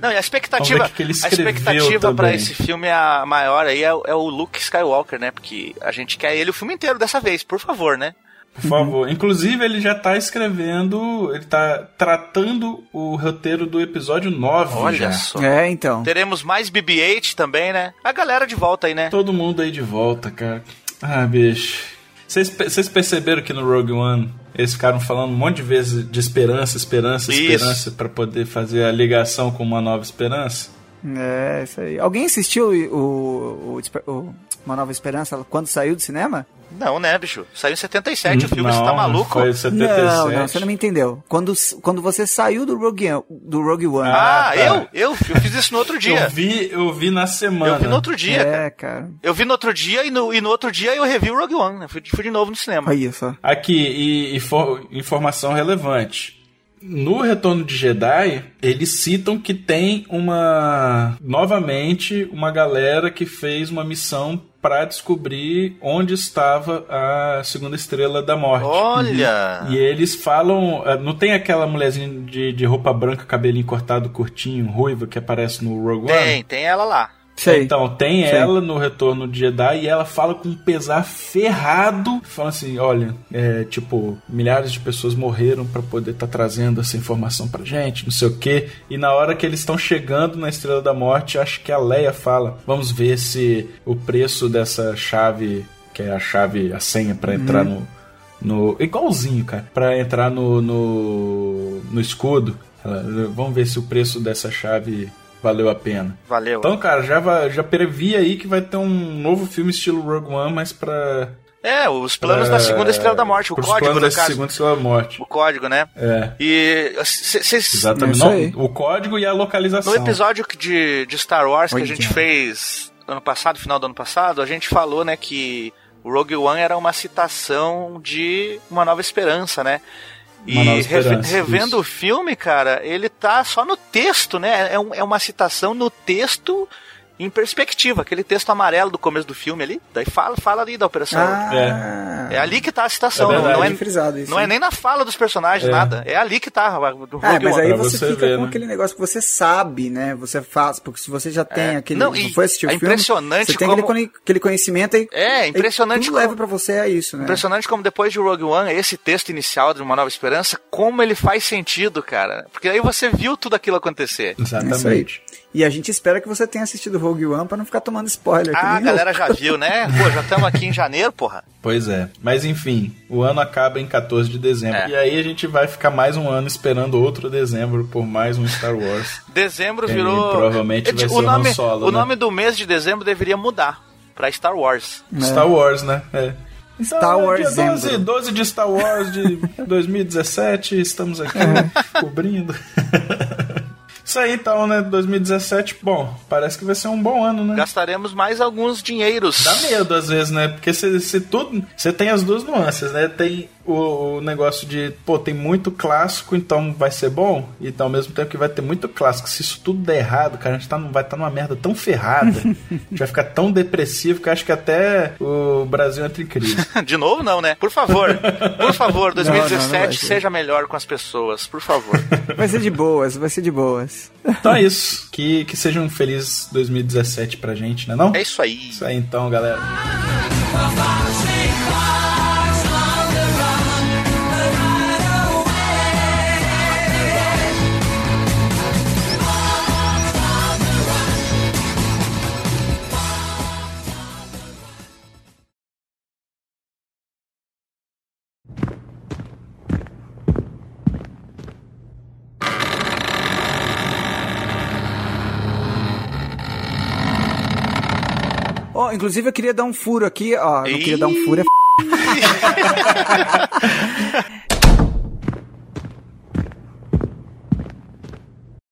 Speaker 1: Não, e a expectativa,
Speaker 3: Vamos ver o é que ele
Speaker 1: a
Speaker 3: escreveu
Speaker 1: expectativa
Speaker 3: também.
Speaker 1: pra esse filme é a maior aí é, o- é o Luke Skywalker, né? Porque a gente quer ele o filme inteiro dessa vez, por favor, né?
Speaker 2: Uhum.
Speaker 3: Por favor. Inclusive, ele já tá escrevendo, ele tá tratando o roteiro do episódio 9
Speaker 1: Olha
Speaker 3: já.
Speaker 1: só.
Speaker 2: É, então.
Speaker 1: Teremos mais BB-8 também, né? A galera de volta aí, né?
Speaker 3: Todo mundo aí de volta, cara. Ah, bicho. Vocês pe- vocês perceberam que no Rogue One eles ficaram falando um monte de vezes de esperança, esperança,
Speaker 1: Isso.
Speaker 3: esperança, pra poder fazer a ligação com uma nova esperança?
Speaker 2: É, isso aí. Alguém assistiu o, o- o- o Uma Nova Esperança quando saiu do cinema?
Speaker 1: Não, né, bicho? Saiu em 77 o filme,
Speaker 3: não,
Speaker 1: você tá maluco?
Speaker 3: Foi 77.
Speaker 2: Não, não, você não me entendeu. Quando, quando você saiu do Rogue, One- do Rogue One.
Speaker 1: Ah,
Speaker 3: Ah, tá.
Speaker 1: eu, eu? Eu fiz isso no outro
Speaker 3: Eu
Speaker 1: dia.
Speaker 3: vi, eu vi na semana.
Speaker 1: Eu vi no outro dia, cara.
Speaker 2: é, cara.
Speaker 1: Eu vi no outro dia e no, e no outro dia eu revi o Rogue One, né? Fui, fui de novo no cinema.
Speaker 2: Olha só.
Speaker 3: Aqui, e, e for- informação relevante. No Retorno de Jedi, eles citam que tem uma. Novamente, uma galera que fez uma missão pra descobrir onde estava a segunda estrela da morte.
Speaker 1: Olha!
Speaker 3: E é eles falam. eh, Não tem aquela mulherzinha de, de roupa branca, cabelinho cortado, curtinho, ruiva, que aparece no Rogue One?
Speaker 1: Tem, tem ela lá.
Speaker 2: Sei.
Speaker 3: Então, tem
Speaker 2: Sim.
Speaker 3: ela no Retorno de Jedi e ela fala com um pesar ferrado. Fala assim: olha, é, tipo, milhares de pessoas morreram pra poder estar trazendo essa informação pra gente, não sei o quê. E na hora que eles estão chegando na Estrela da Morte, acho que a Leia fala: vamos ver se o preço dessa chave, que é a chave, a senha pra
Speaker 2: Uhum.
Speaker 3: entrar no. No, igualzinho, cara, pra entrar no, no, no escudo. Ela, vamos ver se o preço dessa chave valeu a pena.
Speaker 1: Valeu.
Speaker 3: Então, cara, já, va- já previ aí que vai ter um novo filme estilo Rogue One, mas pra.
Speaker 1: é, os planos
Speaker 3: pra-
Speaker 1: da Segunda Estrela da Morte, o
Speaker 3: pros
Speaker 1: código,
Speaker 3: planos
Speaker 1: no
Speaker 3: da
Speaker 1: caso.
Speaker 3: Segunda Estrela da Morte.
Speaker 1: O código, né?
Speaker 3: É,
Speaker 1: E c- c- vocês
Speaker 3: exatamente.
Speaker 2: Isso
Speaker 3: Não,
Speaker 2: aí.
Speaker 3: o código e a localização.
Speaker 1: No episódio que- de, de Star Wars que
Speaker 2: Olha.
Speaker 1: a gente fez ano passado, final do ano passado, a gente falou, né, que o Rogue One era uma citação de Uma Nova Esperança, né? E
Speaker 3: Uma Nova
Speaker 1: reve-
Speaker 3: Esperança,
Speaker 1: revendo
Speaker 3: isso.
Speaker 1: o filme, cara, ele tá só no texto, né? É, um- é uma citação no texto em perspectiva, aquele texto amarelo do começo do filme ali, daí fala, fala ali da operação.
Speaker 2: Ah,
Speaker 1: É ali que tá a citação,
Speaker 3: É
Speaker 1: não-
Speaker 3: verdade.
Speaker 1: não,
Speaker 2: bem
Speaker 1: é,
Speaker 2: frisado isso.
Speaker 1: não é nem na fala dos personagens,
Speaker 3: É.
Speaker 1: nada. É ali que tá a- do
Speaker 2: Ah,
Speaker 1: Rogue
Speaker 2: mas
Speaker 1: One.
Speaker 2: aí
Speaker 3: Pra
Speaker 2: você,
Speaker 3: você
Speaker 2: fica
Speaker 3: ver,
Speaker 2: com
Speaker 3: né?
Speaker 2: aquele negócio que você sabe, né? Você faz, porque se você já tem aquele.
Speaker 1: É. não,
Speaker 2: Não,
Speaker 1: e
Speaker 2: foi assistir o
Speaker 1: é
Speaker 2: filme,
Speaker 1: impressionante
Speaker 2: Você tem
Speaker 1: como-
Speaker 2: aquele, con- aquele conhecimento aí.
Speaker 1: É, impressionante
Speaker 2: Tudo
Speaker 1: como-
Speaker 2: leva pra você a isso, né?
Speaker 1: É. Impressionante como depois de Rogue One, esse texto inicial de Uma Nova Esperança, como ele faz sentido, cara. Porque aí você viu tudo aquilo acontecer.
Speaker 2: É isso aí.
Speaker 3: Exatamente.
Speaker 2: E a gente espera que você tenha assistido Rogue One pra não ficar tomando
Speaker 3: É
Speaker 2: spoiler. que
Speaker 1: Ah, a
Speaker 2: nem eu.
Speaker 1: galera já viu, né? Pô, já estamos aqui em janeiro, porra.
Speaker 3: Pois é. Mas enfim, o ano acaba em 14 de dezembro.
Speaker 1: É.
Speaker 3: E aí a gente vai ficar mais um ano esperando outro dezembro por mais um Star Wars.
Speaker 1: Dezembro
Speaker 3: É,
Speaker 1: virou. tipo,
Speaker 3: provavelmente vai
Speaker 1: o
Speaker 3: ser o Han
Speaker 1: nome,
Speaker 3: Solo,
Speaker 1: O
Speaker 3: né?
Speaker 1: nome do mês de dezembro deveria mudar pra Star Wars.
Speaker 3: Star Wars, né? É. Então,
Speaker 2: Star
Speaker 3: é
Speaker 2: Wars
Speaker 3: dia 12,
Speaker 2: Zembro.
Speaker 3: 12 de Star Wars de 2017, estamos aqui
Speaker 2: É.
Speaker 3: cobrindo. Isso aí então, né? 2017, bom, parece que vai ser um bom ano, né?
Speaker 1: Gastaremos mais alguns dinheiros.
Speaker 3: Dá medo às vezes, né? Porque se, se tudo. Você tem as duas nuances, né? Tem o, o negócio de, pô, tem muito clássico, então vai ser bom. E então, ao mesmo tempo que vai ter muito clássico. Se isso tudo der errado, cara, a gente tá, num- vai estar numa merda tão ferrada. a gente vai ficar tão depressivo que eu acho que até o Brasil entra em crise.
Speaker 1: De novo, não, né? Por favor. Por favor,
Speaker 2: não, não
Speaker 1: 2017
Speaker 2: vai ser.
Speaker 1: seja melhor com as pessoas. Por favor.
Speaker 2: Vai ser de boas, vai ser de boas.
Speaker 3: Então é isso. Que, que seja um feliz 2017 pra gente, né? Não?
Speaker 1: É isso aí.
Speaker 3: Isso aí então, galera.
Speaker 2: Ó, inclusive eu queria dar um furo aqui, ó. Não queria dar um furo, é f...